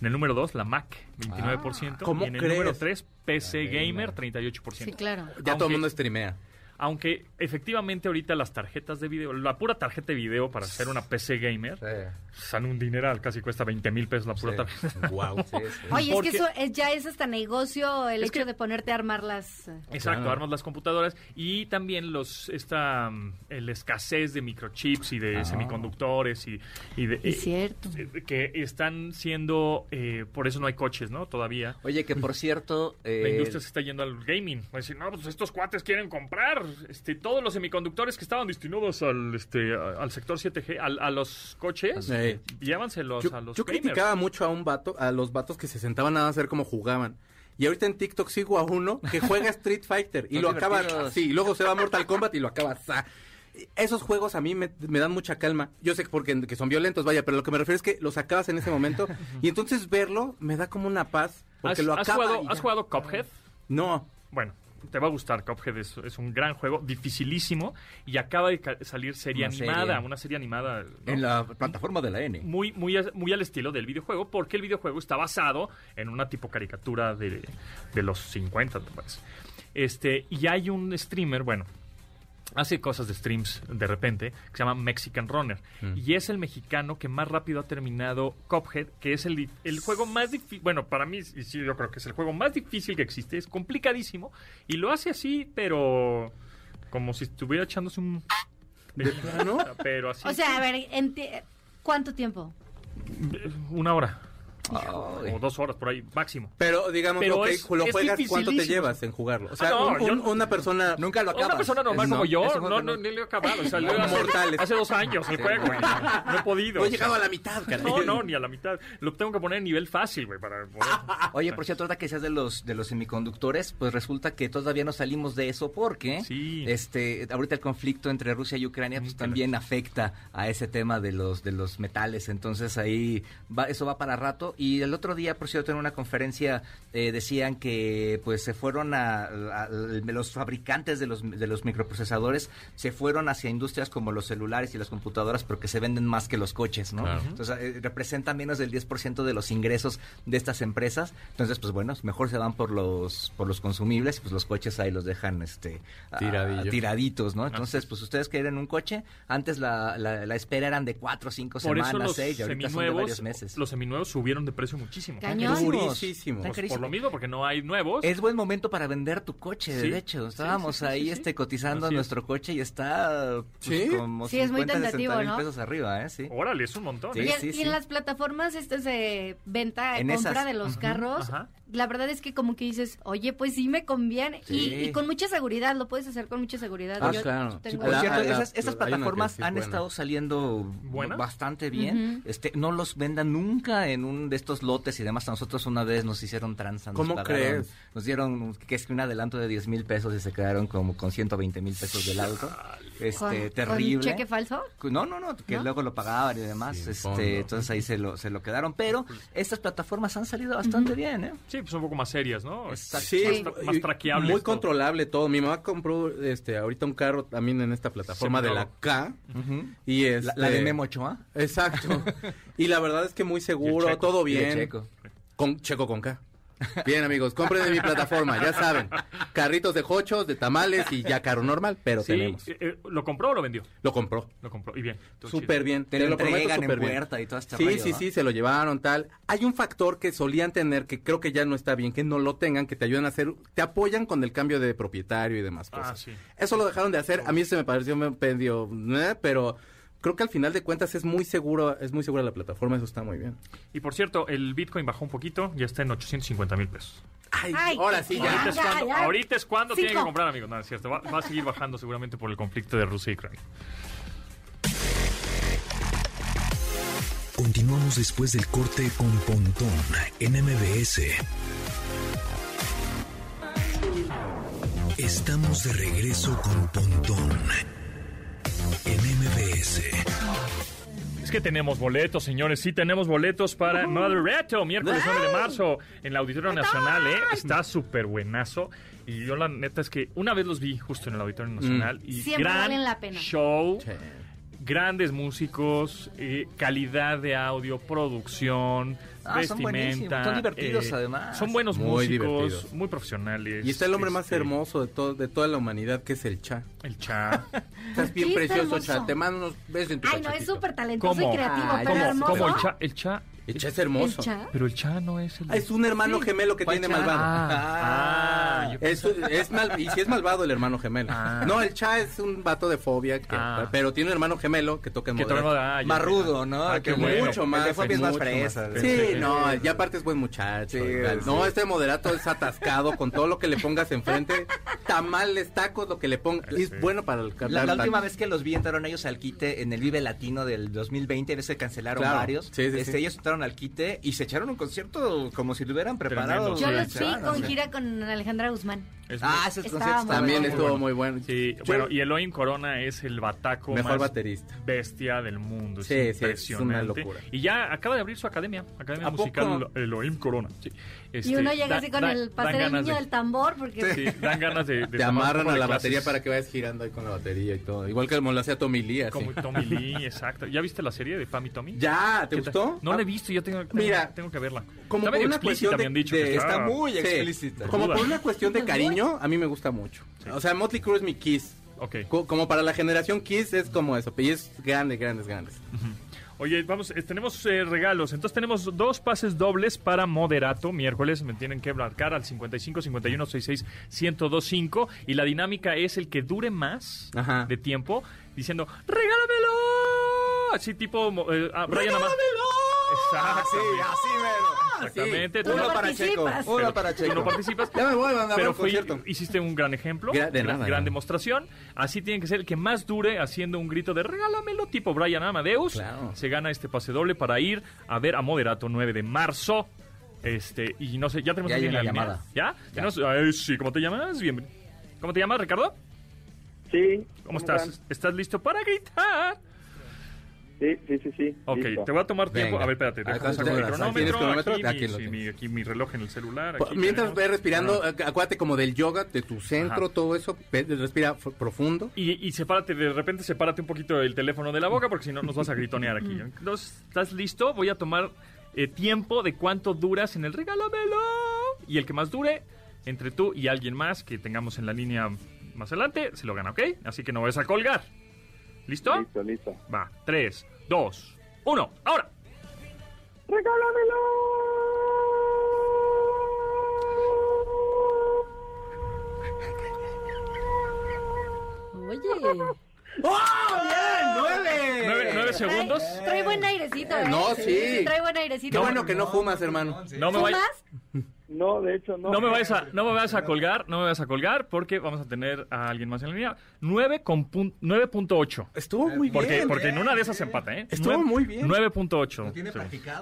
Speaker 2: En el número 2, la Mac, 29%.
Speaker 4: Ah, ¿cómo
Speaker 2: y en el
Speaker 4: crees?
Speaker 2: número 3, PC Gamer, 38%.
Speaker 3: Sí, claro.
Speaker 4: Ya todo el
Speaker 2: Aunque-
Speaker 4: mundo streamea.
Speaker 2: Aunque efectivamente ahorita las tarjetas de video, la pura tarjeta de video para hacer una PC Gamer, pues, sale un dineral, casi cuesta 20 mil pesos la pura tarjeta.
Speaker 4: Wow.
Speaker 3: Oye,
Speaker 2: Porque-
Speaker 3: es que eso es- ya es hasta negocio el
Speaker 2: Es
Speaker 3: hecho
Speaker 2: que-
Speaker 3: de ponerte a armar las... eh,
Speaker 2: Exacto,
Speaker 4: Claro.
Speaker 2: armas las computadoras y también los esta mm, el escasez de microchips y de semiconductores y, y de,
Speaker 3: Es cierto.
Speaker 2: eh, que están siendo eh, por eso no hay coches, ¿no? Todavía.
Speaker 5: Oye, que por cierto.
Speaker 2: La
Speaker 5: eh,
Speaker 2: industria se está yendo al gaming. Va a decir, no, pues estos cuates quieren comprar este, todos los semiconductores que estaban destinados al este a- al sector 7G, al- a los coches,
Speaker 4: Sí.
Speaker 2: llévanselos
Speaker 4: Yo,
Speaker 2: a los
Speaker 4: yo
Speaker 2: gamers.
Speaker 4: criticaba mucho a un vato, a los vatos que se sentaban nada a hacer como jugaban. Y ahorita en TikTok sigo a uno que juega Street Fighter y
Speaker 5: Son
Speaker 4: lo acaba
Speaker 5: divertidos.
Speaker 4: así, y luego se va a Mortal Kombat y lo acaba sa. Esos juegos a mí me, me dan mucha calma. Yo sé que porque que son violentos, vaya, pero lo que me refiero es que los acabas en ese momento y entonces verlo me da como una paz porque
Speaker 2: ¿Has,
Speaker 4: lo
Speaker 2: has
Speaker 4: acaba y
Speaker 2: jugado,
Speaker 4: ya. Ah.
Speaker 2: ¿Has jugado Cuphead?
Speaker 4: No,
Speaker 2: Bueno, te va a gustar Cuphead, es, es un gran juego, dificilísimo, y acaba de ca- salir serie
Speaker 5: Una serie.
Speaker 2: animada, una serie animada ¿no?
Speaker 5: En la plataforma de la N.
Speaker 2: muy, muy, a- muy al estilo del videojuego, porque el videojuego está basado en una tipo caricatura de, de los 50, me parece. Este, y hay un streamer, bueno, hace cosas de streams de repente, que se llama Mexican Runner, y es el mexicano que más rápido ha terminado Cuphead, que es el, el juego más difícil, bueno, para mí, y sí, yo creo que es el juego más difícil que existe, es complicadísimo, y lo hace así, pero como si estuviera echándose un... ¿De plano? Pero así.
Speaker 3: O sea, a ver, enti- ¿cuánto tiempo?
Speaker 2: Una hora. O dos horas por ahí, máximo.
Speaker 4: pero digamos
Speaker 2: Pero
Speaker 4: ok,
Speaker 2: es-
Speaker 4: lo
Speaker 2: eh, es
Speaker 4: juegas cuánto te
Speaker 2: dificilísimo. Ah,
Speaker 4: llevas en jugarlo. O sea,
Speaker 2: no,
Speaker 4: un- un-
Speaker 2: yo-
Speaker 4: una persona
Speaker 5: Nunca lo acabas.
Speaker 2: Una persona normal
Speaker 4: Es-
Speaker 2: como
Speaker 4: no,
Speaker 2: yo,
Speaker 5: es un
Speaker 2: no,
Speaker 5: juego
Speaker 2: no,
Speaker 5: que
Speaker 2: ni le he acabado. O sea,
Speaker 4: No,
Speaker 2: yo hace,
Speaker 4: mortales.
Speaker 2: hace dos años el
Speaker 5: Sí,
Speaker 2: juego,
Speaker 5: güey.
Speaker 2: güey. No he podido.
Speaker 4: No
Speaker 2: o
Speaker 4: he
Speaker 2: sea.
Speaker 4: llegado a la mitad, caray.
Speaker 2: No, no, ni a la mitad. Lo tengo que poner en nivel fácil, güey, para poder-
Speaker 4: Ah,
Speaker 5: Oye, por cierto, ahora que seas de los de los semiconductores, pues resulta que todavía no salimos de eso porque
Speaker 2: Sí.
Speaker 5: este ahorita el conflicto entre Rusia y Ucrania pues también afecta a ese tema de los de los metales, entonces ahí va eso va para rato eso. Y el otro día, por cierto, en una conferencia eh, decían que pues se fueron a, a- a- los fabricantes de los, de los microprocesadores se fueron hacia industrias como los celulares y las computadoras porque se venden más que los coches, ¿no?
Speaker 2: Claro.
Speaker 5: Entonces eh, representa menos del 10% de los ingresos de estas empresas. Entonces, pues bueno, mejor se van por los por los consumibles, pues los coches ahí los dejan este a-
Speaker 4: Tiradillo.
Speaker 5: tiraditos,
Speaker 2: Ah.
Speaker 5: ¿no? Entonces, pues ustedes quieren un coche, antes la, la, la espera eran de 4 o 5
Speaker 2: Por
Speaker 5: semanas,
Speaker 2: eso los
Speaker 5: 6, y ahorita son de varios
Speaker 2: seminuevos,
Speaker 5: meses.
Speaker 2: los seminuevos subieron de precio muchísimo.
Speaker 3: Cañón.
Speaker 4: Durísimo.
Speaker 2: Pues,
Speaker 5: Está
Speaker 2: por
Speaker 5: carísimo.
Speaker 2: lo mismo, porque no hay nuevos.
Speaker 5: Es buen momento para vender tu coche,
Speaker 2: Sí.
Speaker 5: de hecho.
Speaker 2: Sí,
Speaker 5: Estábamos
Speaker 2: sí, sí,
Speaker 5: ahí
Speaker 2: sí, sí.
Speaker 5: este cotizando
Speaker 2: Así es.
Speaker 5: nuestro coche y está pues,
Speaker 4: Sí.
Speaker 5: como
Speaker 3: Sí, es muy
Speaker 5: 50, 60
Speaker 3: tentativo,
Speaker 5: mil
Speaker 3: ¿no?
Speaker 5: pesos arriba, ¿eh? Sí.
Speaker 2: Órale, es un montón.
Speaker 5: Sí,
Speaker 3: y, en-
Speaker 5: sí,
Speaker 3: y
Speaker 5: sí.
Speaker 3: en las plataformas estas de venta,
Speaker 5: En
Speaker 3: compra
Speaker 5: esas.
Speaker 3: de los
Speaker 5: Ujú,
Speaker 3: carros,
Speaker 2: ajá.
Speaker 3: la verdad es que como que dices, oye, pues sí me conviene. Y-
Speaker 5: Sí.
Speaker 3: Y, con mucha seguridad, lo puedes hacer con mucha seguridad.
Speaker 4: Ah,
Speaker 3: Yo
Speaker 4: claro.
Speaker 3: tengo-
Speaker 5: Sí,
Speaker 4: Ah,
Speaker 5: por
Speaker 4: la-
Speaker 5: cierto,
Speaker 4: la-
Speaker 5: esas, esas
Speaker 4: hay una que
Speaker 5: plataformas
Speaker 4: sí es
Speaker 5: han
Speaker 4: buena.
Speaker 5: estado saliendo
Speaker 2: ¿Buenas?
Speaker 5: bastante bien.
Speaker 3: Ujú.
Speaker 5: Este, no los vendan nunca en un de estos lotes y demás. A nosotros una vez nos hicieron tranza. nos
Speaker 4: ¿Cómo crees?
Speaker 5: Nos dieron que es que un adelanto de 10 mil pesos y se quedaron como con 120 mil pesos del auto.
Speaker 3: con-
Speaker 5: Este,
Speaker 3: con
Speaker 5: terrible.
Speaker 3: cheque falso?
Speaker 5: No, no, no, que
Speaker 3: ¿No?
Speaker 5: luego lo pagaban y demás.
Speaker 4: Sí,
Speaker 5: este,
Speaker 4: fondo.
Speaker 5: entonces ahí se lo, se lo quedaron. Pero estas plataformas han salido bastante bien, ¿eh?
Speaker 2: Sí, pues un poco más serias, ¿no?
Speaker 5: Exacto.
Speaker 4: Sí,
Speaker 2: Más, tra- más
Speaker 4: y
Speaker 2: traqueables.
Speaker 4: Muy
Speaker 2: todo.
Speaker 4: controlable todo. Mi mamá compró este ahorita un carro también en esta plataforma de la
Speaker 2: Seminuevo.
Speaker 4: K. Y es
Speaker 5: la, la de Memo Ochoa.
Speaker 4: Exacto. y la verdad es que muy
Speaker 2: Y el
Speaker 4: seguro,
Speaker 2: checo.
Speaker 4: todo
Speaker 5: Y el
Speaker 4: bien.
Speaker 5: checo.
Speaker 4: Con, checo con K. Bien, amigos, compren de mi plataforma, ya saben. Carritos de jochos, de tamales y ya carro normal, pero
Speaker 2: Sí,
Speaker 4: tenemos.
Speaker 2: eh, eh, ¿Lo compró o lo vendió?
Speaker 4: Lo compró.
Speaker 2: Lo compró. Y bien. todo
Speaker 4: Súper
Speaker 2: chido.
Speaker 4: bien.
Speaker 5: Te lo entregan en puerta y todo este
Speaker 4: Sí,
Speaker 5: rollo,
Speaker 4: sí,
Speaker 5: ¿no?
Speaker 4: sí, se lo llevaron, tal. Hay un factor que solían tener que creo que ya no está bien, que no lo tengan, que te ayudan a hacer, te apoyan con el cambio de propietario y demás
Speaker 2: Ah,
Speaker 4: cosas.
Speaker 2: sí.
Speaker 4: Eso lo dejaron de hacer. A mí se me pareció medio, eh, pero creo que al final de cuentas es muy seguro, es muy segura la plataforma, eso está muy bien.
Speaker 2: Y por cierto, el Bitcoin bajó un poquito, ya está en 850 mil pesos.
Speaker 4: Ay,
Speaker 3: Ay,
Speaker 4: ahora
Speaker 3: qué
Speaker 4: sí
Speaker 3: Ya,
Speaker 2: ahorita,
Speaker 4: ya.
Speaker 2: es
Speaker 3: ya,
Speaker 2: cuando,
Speaker 3: ya.
Speaker 2: ahorita es cuando tiene que
Speaker 3: Cinco.
Speaker 2: comprar, amigos. No, es cierto. Va, va a seguir bajando seguramente por el conflicto de Rusia y Ucrania.
Speaker 1: Continuamos después del corte con Pontón en MBS. Estamos de regreso con Pontón en MBS.
Speaker 2: Es que tenemos boletos, señores. Sí, tenemos boletos para Another Reto, miércoles 9 de marzo, en el Auditorio Nacional, ¿eh? Está súper buenazo. Y yo, la neta, es que una vez los vi justo en el Auditorio Nacional. Y
Speaker 3: Siempre
Speaker 2: gran
Speaker 3: valen la pena.
Speaker 2: show.
Speaker 4: Mm. Sí.
Speaker 2: Grandes músicos, eh, calidad de audio, producción,
Speaker 5: Ah,
Speaker 2: vestimenta.
Speaker 5: son
Speaker 2: eh,
Speaker 5: buenísimos, son divertidos, además.
Speaker 2: Son buenos
Speaker 4: Muy
Speaker 2: músicos,
Speaker 4: divertidos.
Speaker 2: muy profesionales.
Speaker 4: Y está el hombre más
Speaker 2: este,
Speaker 4: hermoso de todo, de toda la humanidad, que es el Cha.
Speaker 2: El Cha.
Speaker 4: Estás
Speaker 3: Sí,
Speaker 4: bien
Speaker 3: está
Speaker 4: precioso,
Speaker 3: hermoso.
Speaker 4: Cha. Te mando unos besos en tu
Speaker 3: Ay, no, es
Speaker 4: cachetito.
Speaker 3: súper talentoso
Speaker 2: ¿Cómo? Ah,
Speaker 3: y creativo,
Speaker 4: Ay,
Speaker 3: pero
Speaker 4: ¿cómo?
Speaker 3: hermoso.
Speaker 2: ¿Cómo el Cha? El Cha.
Speaker 4: El Cha es
Speaker 3: ¿El
Speaker 4: hermoso.
Speaker 3: Cha?
Speaker 2: Pero el Cha no es el.
Speaker 4: Ah, Es un hermano gemelo que
Speaker 5: ¿Cuál
Speaker 4: tiene
Speaker 5: Cha?
Speaker 4: malvado.
Speaker 2: Ah, yo-
Speaker 4: Es, es mal- y si es malvado el hermano gemelo.
Speaker 2: Ah.
Speaker 4: No, el Cha es un vato de fobia, que-
Speaker 2: Ah.
Speaker 4: pero tiene un hermano gemelo que toca en
Speaker 2: Que toca en moderado, ah, ya.
Speaker 5: Más rudo, ¿no?
Speaker 2: Ah, qué
Speaker 5: Que
Speaker 2: bueno.
Speaker 4: Mucho más.
Speaker 5: El de Fobia es más
Speaker 4: mucho
Speaker 5: fresa.
Speaker 4: más.
Speaker 5: ¿no?
Speaker 4: Sí,
Speaker 2: Sí.
Speaker 4: no, y aparte es buen muchacho.
Speaker 5: Sí,
Speaker 4: y tal.
Speaker 5: sí.
Speaker 4: No, este moderato es atascado con todo lo que le pongas enfrente. Tamales, tacos, lo que le pongas. Y
Speaker 2: Sí.
Speaker 4: es bueno para el
Speaker 5: La,
Speaker 4: cantar
Speaker 5: la
Speaker 4: tacos.
Speaker 5: última vez que los vi entraron ellos al quite en el Vive Latino del 2020, veces cancelaron
Speaker 4: Claro.
Speaker 5: varios.
Speaker 4: Sí, sí,
Speaker 5: este,
Speaker 4: sí.
Speaker 5: Ellos entraron al quite y se echaron un concierto como si lo hubieran preparado.
Speaker 2: Tremendo.
Speaker 3: Yo
Speaker 2: Sí,
Speaker 3: los vi
Speaker 5: Echaron,
Speaker 3: con
Speaker 5: sí.
Speaker 3: gira con Alejandra Guzmán.
Speaker 2: es muy-
Speaker 5: Ah, esos
Speaker 3: Estaba
Speaker 5: conciertos
Speaker 3: muy
Speaker 4: También
Speaker 5: estaban
Speaker 3: bueno.
Speaker 4: estuvo muy bueno.
Speaker 2: Sí,
Speaker 4: Yo-
Speaker 2: bueno, y Elohim Corona es el bataco
Speaker 4: Mejor
Speaker 2: más
Speaker 4: baterista.
Speaker 2: bestia del mundo. Es
Speaker 4: Sí, sí, es
Speaker 2: impresionante.
Speaker 4: una locura.
Speaker 2: Y ya acaba de abrir su academia, Academia
Speaker 4: ¿A
Speaker 2: Musical
Speaker 4: poco?
Speaker 2: Elohim Corona. sí.
Speaker 3: y
Speaker 2: Este,
Speaker 3: uno llega
Speaker 2: da-
Speaker 3: así con
Speaker 2: da-
Speaker 3: el
Speaker 2: dan
Speaker 3: pastel del
Speaker 2: ganas
Speaker 3: niño
Speaker 2: de-
Speaker 3: del tambor, porque
Speaker 2: Sí, dan ganas de... de
Speaker 4: Te
Speaker 2: tomar un
Speaker 4: amarran
Speaker 2: poco
Speaker 4: a
Speaker 2: de
Speaker 4: la
Speaker 2: clases.
Speaker 4: batería para que vayas girando ahí con la batería y todo. Igual que como lo hacía Tommy Lee. así.
Speaker 2: Como Tommy Lee, exacto. ¿Ya viste la serie de Pam y Tommy?
Speaker 4: Ya, ¿te
Speaker 2: ¿Qué tal?
Speaker 4: gustó?
Speaker 2: No la he
Speaker 4: Ah,
Speaker 2: visto, yo tengo, tengo-
Speaker 4: Mira,
Speaker 2: tengo que verla.
Speaker 4: como
Speaker 2: está
Speaker 4: por
Speaker 2: medio
Speaker 4: una
Speaker 2: explícita,
Speaker 4: cuestión
Speaker 2: me
Speaker 4: de-
Speaker 2: han dicho.
Speaker 4: de-
Speaker 2: que
Speaker 5: Está muy
Speaker 4: Sí.
Speaker 5: explícita.
Speaker 4: Como
Speaker 2: Duda.
Speaker 4: por una cuestión de cariño, a mí me gusta mucho. O sea, Motley Crue es mi Kiss.
Speaker 2: Ok.
Speaker 4: Co- Como para la generación Kiss es como eso. Y es grande, grandes, grandes.
Speaker 2: Oye, vamos, eh, tenemos eh, regalos. Entonces tenemos dos pases dobles para Moderato miércoles. Me tienen que marcar al 55 51 66 1025 y la dinámica es el que dure más
Speaker 4: Ajá.
Speaker 2: de tiempo diciendo "Regálamelo". Así tipo mo- eh, ah, Brian Amar-
Speaker 4: Ah,
Speaker 2: Exacto.
Speaker 5: Así, así mero.
Speaker 2: Exactamente.
Speaker 4: sí.
Speaker 2: Tú no-
Speaker 5: Uno para Checo.
Speaker 3: participas.
Speaker 5: Uno
Speaker 2: pero
Speaker 5: para
Speaker 2: tú no
Speaker 5: Checo.
Speaker 2: participas.
Speaker 4: Ya me voy a mandar a
Speaker 2: Pero
Speaker 4: un
Speaker 2: fue,
Speaker 4: concierto.
Speaker 2: hiciste un gran ejemplo,
Speaker 4: Gra- de
Speaker 2: gra-
Speaker 4: nada,
Speaker 2: gran
Speaker 4: nada.
Speaker 2: demostración. Así tiene que ser el que más dure haciendo un grito de regálamelo, tipo Brian Amadeus.
Speaker 4: Claro.
Speaker 2: Se gana este pase doble para ir a ver a Moderato 9 de marzo. Este, y no sé, ya tenemos
Speaker 5: Ya
Speaker 2: a alguien
Speaker 5: hay
Speaker 2: en
Speaker 5: una
Speaker 2: la línea.
Speaker 5: llamada.
Speaker 2: ¿Ya? Tenemos- ay, sí, ¿cómo te llamas? Bien. ¿Cómo te llamas, Ricardo?
Speaker 8: Sí.
Speaker 2: ¿Cómo, estás? ¿Estás listo para gritar?
Speaker 8: están?
Speaker 6: Sí, sí, sí, sí.
Speaker 2: Ok,
Speaker 6: listo.
Speaker 2: te voy a tomar tiempo.
Speaker 4: Venga.
Speaker 2: A ver, espérate,
Speaker 4: Ahí
Speaker 2: déjame
Speaker 4: está,
Speaker 2: saco mi
Speaker 4: ahí está. ¿Tienes
Speaker 2: cronómetro,
Speaker 4: cronómetro?
Speaker 2: aquí,
Speaker 4: Aquí
Speaker 2: mi,
Speaker 4: lo
Speaker 2: sí,
Speaker 4: tienes.
Speaker 2: mi- aquí mi reloj en el celular.
Speaker 4: Pa-
Speaker 2: aquí
Speaker 4: Mientras
Speaker 2: tenemos-
Speaker 4: ve respirando,
Speaker 2: Ajá.
Speaker 4: ac- acuérdate como del yoga, de tu centro,
Speaker 2: Ajá.
Speaker 4: todo eso, ve, respira f- profundo.
Speaker 2: Y, y sepárate, de repente sepárate un poquito el teléfono de la boca porque si no nos vas a gritonear aquí. Entonces, ¿estás listo? Voy a tomar eh, tiempo de cuánto duras en el regálamelo. Y el que más dure, entre tú y alguien más que tengamos en la línea más adelante, se lo gana, ¿ok? Así que no vas a colgar. ¿Listo?
Speaker 6: Listo, listo.
Speaker 2: Va, 3, 2, 1, ahora.
Speaker 3: Oye.
Speaker 4: ¡Nueve!
Speaker 5: Eh,
Speaker 2: 9, segundos.
Speaker 3: Trae, trae buen airecito, ¿eh?
Speaker 4: No, sí.
Speaker 3: Trae buen
Speaker 4: Qué
Speaker 3: airecito.
Speaker 4: bueno que no fumas, hermano.
Speaker 2: No me, vayas,
Speaker 3: ¿Fumas?
Speaker 6: No, de hecho, no.
Speaker 2: no, me vayas a, no me vayas a colgar, no me vayas a colgar porque vamos a tener a alguien más en la línea. 9 con pun- 9.8.
Speaker 4: Estuvo muy
Speaker 2: Porque,
Speaker 4: bien.
Speaker 2: porque en una de esas se empata, ¿eh?
Speaker 4: Estuvo
Speaker 2: Nueve-
Speaker 4: muy bien.
Speaker 2: 9.8. Sí.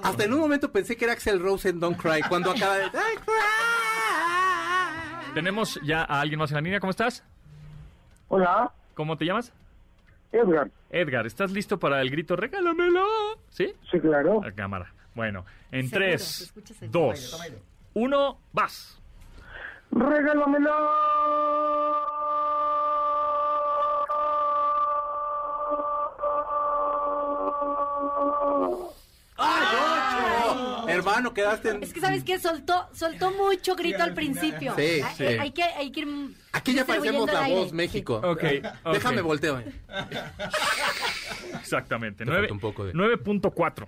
Speaker 4: Hasta en un momento pensé que era Axel Rose en Don't Cry, cuando acaba de... ¡Ah! ¡Ay, cry!
Speaker 2: Tenemos ya a alguien más en la línea. ¿Cómo estás?
Speaker 8: Hola,
Speaker 2: ¿Cómo te llamas?
Speaker 8: Edgar.
Speaker 2: Edgar, ¿estás listo para el grito regálamelo? ¿Sí?
Speaker 8: Sí, claro.
Speaker 2: A cámara. Bueno, en
Speaker 3: Seguro,
Speaker 2: 3,
Speaker 3: se escucha seguro.
Speaker 2: 2, 1, vas.
Speaker 8: Regálamelo.
Speaker 4: Hermano, quedaste en...
Speaker 3: Es que, ¿sabes qué? Soltó, soltó mucho grito al principio.
Speaker 4: Sí,
Speaker 3: Hay-
Speaker 4: sí.
Speaker 3: Hay, que, hay que ir... mm,
Speaker 4: Aquí ya
Speaker 3: distribuyendo
Speaker 4: parecemos
Speaker 3: el
Speaker 4: la
Speaker 3: aire.
Speaker 4: voz México.
Speaker 2: Ok, ok.
Speaker 4: Déjame volteo. eh.
Speaker 2: Exactamente.
Speaker 4: Te
Speaker 2: Nueve-
Speaker 4: falta un poco de-
Speaker 2: 9.4.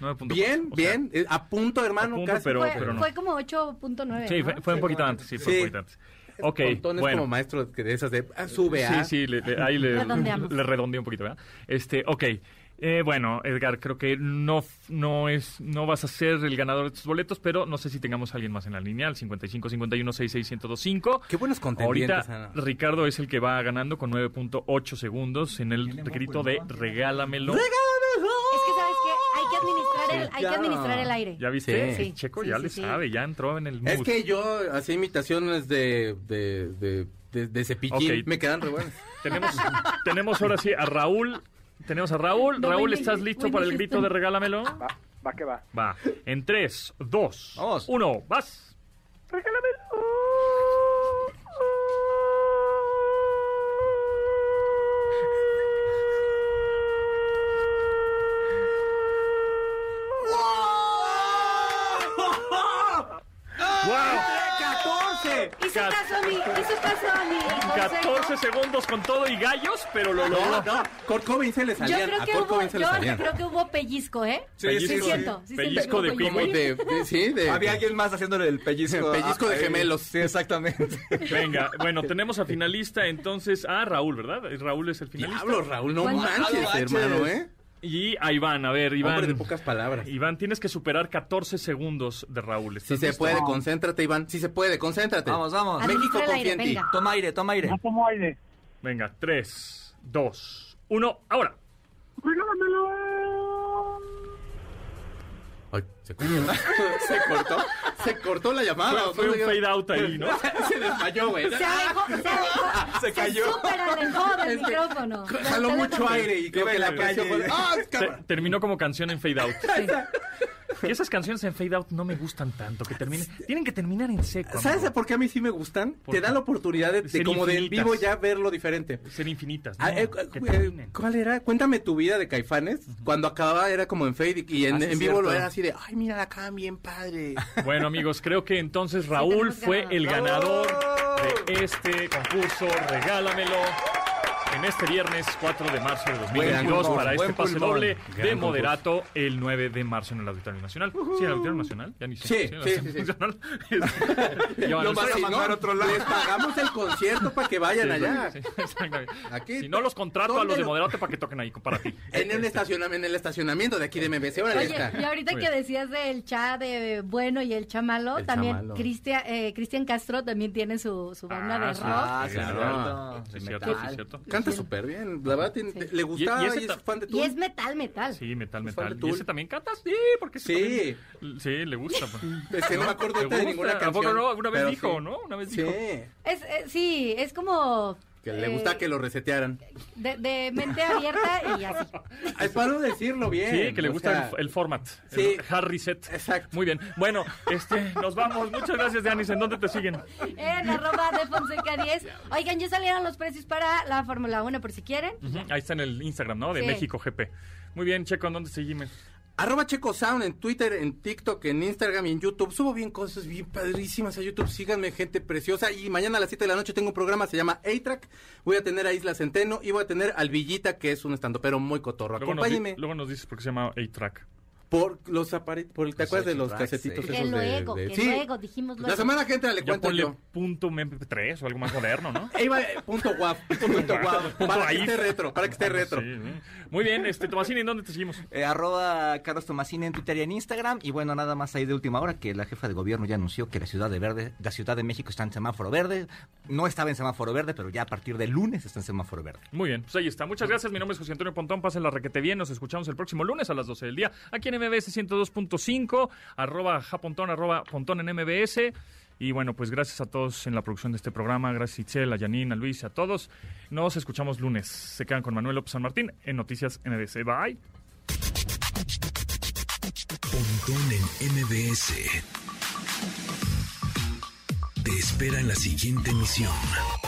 Speaker 2: 9.4.
Speaker 4: Bien,
Speaker 2: O sea,
Speaker 4: bien. eh, A punto, hermano.
Speaker 2: A punto,
Speaker 4: casi.
Speaker 2: pero-
Speaker 3: Fue,
Speaker 2: pero no.
Speaker 3: fue como 8.9,
Speaker 2: Sí,
Speaker 3: ¿no?
Speaker 2: fue, fue un poquito antes. Sí, fue
Speaker 4: Sí.
Speaker 2: un poquito antes. Ok,
Speaker 4: Pontón es
Speaker 2: bueno.
Speaker 4: como maestro que de esas de... ah, Sube a...
Speaker 2: Sí, sí, le- le- ahí le,
Speaker 3: Redondeamos.
Speaker 2: le redondeé un poquito, ¿verdad? Este, ok. Eh, bueno, Edgar, creo que no, f- no, es, no vas a ser el ganador de estos boletos, pero no sé si tengamos a alguien más en la línea, al 55 51 66 1025.
Speaker 4: Qué buenos
Speaker 2: Ahorita
Speaker 4: contendientes, Ana.
Speaker 2: Ricardo es el que va ganando con 9.8 segundos en el grito de regálamelo.
Speaker 3: Es que, ¿sabes qué? Hay que administrar, el, hay que
Speaker 4: claro.
Speaker 3: administrar el aire.
Speaker 2: ¿Ya viste?
Speaker 4: Sí.
Speaker 2: El Checo
Speaker 3: Sí,
Speaker 2: ya
Speaker 3: sí,
Speaker 2: le
Speaker 3: sí.
Speaker 2: sabe, ya entró en el mood.
Speaker 4: Es que yo hacía imitaciones de, de, de, de, de cepillín.
Speaker 2: Ok.
Speaker 4: Me quedan re buenas.
Speaker 2: Tenemos, tenemos ahora sí a Raúl. Tenemos a Raúl.
Speaker 3: No,
Speaker 2: Raúl,
Speaker 3: Whitney-
Speaker 2: ¿estás listo
Speaker 3: Whitney
Speaker 2: para el grito
Speaker 3: Houston.
Speaker 2: de regálamelo?
Speaker 6: Va, va que va.
Speaker 2: Va. En 3, 2,
Speaker 5: Vamos.
Speaker 2: 1, vas. ¡Wow!
Speaker 4: ¡14!
Speaker 3: Hizo
Speaker 2: Cat-
Speaker 3: caso a mí, hizo caso a mí.
Speaker 2: 14 segundos con todo y gallos, pero lo logró.
Speaker 4: No, no. Kurt Cobain se le
Speaker 3: Yo
Speaker 4: salían.
Speaker 3: creo,
Speaker 4: a
Speaker 3: que
Speaker 4: Kurt
Speaker 3: hubo,
Speaker 4: Cobain se le
Speaker 3: yo
Speaker 4: salían.
Speaker 3: creo que hubo pellizco, ¿eh?
Speaker 2: Pellizco,
Speaker 3: sí,
Speaker 2: sí.
Speaker 3: siento, sí siento
Speaker 2: Pellizco
Speaker 3: que
Speaker 2: de
Speaker 3: hubo
Speaker 2: pingüino.
Speaker 4: Como de, de- sí, de...
Speaker 5: Había alguien más haciéndole el pellizco.
Speaker 4: Pellizco de
Speaker 5: Ah, eh,
Speaker 4: gemelos.
Speaker 5: Sí, exactamente.
Speaker 2: Venga, bueno, tenemos a finalista entonces a Raúl, ¿verdad? Raúl es el finalista.
Speaker 4: Diablo, Raúl, no
Speaker 3: ¿Cuál?
Speaker 4: manches,
Speaker 5: No manches.
Speaker 4: hermano, ¿eh?
Speaker 2: Y a Iván, a ver, Iván.
Speaker 4: Hombre de pocas palabras.
Speaker 2: Iván, tienes que superar 14 segundos de Raúl.
Speaker 4: Si
Speaker 2: ¿estás
Speaker 4: se
Speaker 2: listo?
Speaker 4: puede, concéntrate, Iván. Si se puede, concéntrate.
Speaker 5: Vamos, vamos.
Speaker 3: Administra
Speaker 4: México
Speaker 3: el
Speaker 4: confía
Speaker 3: aire,
Speaker 4: en ti.
Speaker 3: venga.
Speaker 5: Toma aire, toma aire.
Speaker 8: No tomo aire.
Speaker 2: Venga, 3, 2, 1, ahora.
Speaker 8: Regálamelo.
Speaker 4: Ay, se cortó. se cortó. Se cortó la llamada.
Speaker 2: Fue- fue un fade out ahí, ¿no?
Speaker 4: se desmayó, güey.
Speaker 3: Se alejó, Ah, se alejó.
Speaker 5: Se cayó.
Speaker 3: súper alejó del
Speaker 4: Es que
Speaker 3: micrófono. del
Speaker 4: Jaló mucho
Speaker 3: teléfono.
Speaker 4: aire y creo
Speaker 5: Iba
Speaker 4: que
Speaker 5: en
Speaker 4: la
Speaker 5: la
Speaker 4: presión
Speaker 5: calle.
Speaker 4: fue... ¡Ah,
Speaker 2: Te-
Speaker 4: cámara!
Speaker 2: terminó como canción en fade out. Y esas canciones en fade out no me gustan tanto, que terminen, tienen que terminar en seco.
Speaker 4: Este ¿Sabes
Speaker 2: amigo.
Speaker 4: por qué a mí sí me gustan?
Speaker 2: ¿Por
Speaker 4: Te da
Speaker 2: qué?
Speaker 4: la oportunidad de, de
Speaker 2: Ser
Speaker 4: como de en
Speaker 2: infinitas.
Speaker 4: vivo ya verlo diferente.
Speaker 2: Ser infinitas.
Speaker 4: Ah,
Speaker 2: no,
Speaker 4: eh,
Speaker 2: que
Speaker 4: eh,
Speaker 2: terminen.
Speaker 4: ¿Cuál era? Cuéntame tu vida de Caifanes. Cuando acababa era como en Fade y en,
Speaker 5: Ah, sí,
Speaker 4: en vivo lo
Speaker 5: cierto.
Speaker 4: era así de, ay, mira la cara bien padre.
Speaker 2: Bueno, amigos, creo que entonces Raúl
Speaker 3: tenemos
Speaker 2: fue
Speaker 3: ganador.
Speaker 2: el ganador de este concurso. Regálamelo. En este viernes 4 de marzo de 2022
Speaker 5: pulmón,
Speaker 2: para este
Speaker 5: buen
Speaker 2: pase
Speaker 5: pulmón.
Speaker 2: doble
Speaker 4: Gran
Speaker 2: de moderato el 9 de marzo en el Auditorio Nacional. ¿Sí, el Auditorio Nacional? Ya ni sé.
Speaker 4: Sí,
Speaker 2: el
Speaker 4: sí,
Speaker 2: Auditorio
Speaker 4: sí, sí.
Speaker 2: Nacional. Este, yo,
Speaker 4: Lo
Speaker 2: no sé,
Speaker 4: más, si
Speaker 5: mandar
Speaker 4: no,
Speaker 5: a otro lado.
Speaker 4: les pagamos el concierto para que vayan allá.
Speaker 2: Sí, exactamente.
Speaker 4: Aquí-
Speaker 2: si no los contrato a
Speaker 4: ¿dónde
Speaker 2: los de
Speaker 4: lo-
Speaker 2: moderato para que toquen ahí para ti.
Speaker 4: En, el estacionam- en el estacionamiento de aquí de MBC. Órale,
Speaker 3: Oye,
Speaker 4: está.
Speaker 3: y ahorita
Speaker 2: Muy
Speaker 3: que
Speaker 2: bien.
Speaker 3: decías del cha de bueno y el chamalo,
Speaker 4: El cha
Speaker 3: también
Speaker 4: malo.
Speaker 3: Cristian eh, Cristian Castro también tiene su, su banda de
Speaker 2: sí,
Speaker 3: rock.
Speaker 5: Ah,
Speaker 2: sí,
Speaker 5: claro.
Speaker 2: Sí,
Speaker 5: De
Speaker 2: cierto,
Speaker 5: metal.
Speaker 2: sí, cierto.
Speaker 4: Canta súper bien. La verdad, tiene-
Speaker 3: Sí.
Speaker 4: le gustaba
Speaker 2: Y-
Speaker 4: y,
Speaker 2: y ese
Speaker 4: es
Speaker 2: ta-
Speaker 4: fan de tú.
Speaker 3: Y es metal, metal.
Speaker 2: Sí, metal,
Speaker 4: Pues falta
Speaker 2: metal. ¿Y
Speaker 4: tú.
Speaker 2: ese también canta? Sí, porque ese
Speaker 4: Sí.
Speaker 2: también- Sí, le gusta. pues.
Speaker 4: Es que no me acuerdo
Speaker 2: Le
Speaker 4: ahorita de
Speaker 2: gusta.
Speaker 4: ninguna
Speaker 2: ¿A poco
Speaker 4: canción.
Speaker 2: no? Una vez
Speaker 4: pero
Speaker 2: dijo,
Speaker 4: sí.
Speaker 2: ¿no? Una vez
Speaker 4: Sí.
Speaker 2: dijo.
Speaker 3: Es, eh, sí, es como
Speaker 4: Que le
Speaker 3: Eh,
Speaker 4: gusta que lo resetearan.
Speaker 3: De, de mente abierta y así.
Speaker 4: Es para no decirlo bien.
Speaker 2: Sí, que le
Speaker 4: o
Speaker 2: gusta
Speaker 4: sea,
Speaker 2: el, el format.
Speaker 4: Sí.
Speaker 2: El hard reset.
Speaker 4: Exacto.
Speaker 2: Muy bien. Bueno, este, nos vamos. Muchas gracias, Yanis. ¿En dónde te siguen?
Speaker 3: En arroba de Fonseca 10. Oigan, ya salieron los precios para la Fórmula 1 por si quieren.
Speaker 2: Ujú, Ahí está en el Instagram, ¿no? De
Speaker 3: Sí.
Speaker 2: México GP. Muy bien, Checo, ¿en dónde seguimos?
Speaker 4: Arroba Checo Sound en Twitter, en TikTok, en Instagram y en YouTube. Subo bien cosas bien padrísimas a YouTube. Síganme, gente preciosa. Y mañana a las 7 de la noche tengo un programa, se llama A-Track. Voy a tener a Isla Centeno y voy a tener al Villita, que es un estandopero muy cotorro.
Speaker 2: Luego nos, di-
Speaker 4: Acompáñenme
Speaker 2: luego nos dices por qué se llama A-Track.
Speaker 4: por los apare- por el- ¿Te acuerdas de los
Speaker 5: Cassette tracks,
Speaker 4: casetitos
Speaker 5: sí.
Speaker 4: esos
Speaker 3: Que
Speaker 4: de-
Speaker 3: luego,
Speaker 4: de-
Speaker 3: que
Speaker 4: Sí.
Speaker 3: luego, dijimos luego.
Speaker 4: La semana que entra le
Speaker 2: Ya
Speaker 4: cuento
Speaker 2: ponle
Speaker 4: yo.
Speaker 2: punto MP3 o algo más moderno, ¿no?
Speaker 4: Ahí va, eh, punto guap, punto guap,
Speaker 2: Punto
Speaker 4: para que
Speaker 2: ahí.
Speaker 4: esté retro, para que esté Este retro.
Speaker 2: Sí, sí. Muy bien, este, Tomasini, ¿en dónde te seguimos?
Speaker 5: Eh, arroba Carlos Tomasini en Twitter y en Instagram. Y bueno, nada más ahí de última hora que la jefa de gobierno ya anunció que la ciudad de verde, la ciudad de México está en semáforo verde. No estaba en semáforo verde, pero ya a partir de lunes está en semáforo verde.
Speaker 2: Muy bien, pues ahí está. Muchas gracias. Mi nombre es José Antonio Pontón. Pasen la requete bien. Nos escuchamos el próximo lunes a las 12 del día aquí en MBS 102.5, arroba japontón, arroba pontón en MBS. Y bueno, pues gracias a todos en la producción de este programa. Gracias a Itzel, a Janine, a Luis, a todos. Nos escuchamos lunes. Se quedan con Manuel López San Martín en Noticias MBS. Bye.
Speaker 1: Pontón en MBS. Te espera en la siguiente emisión.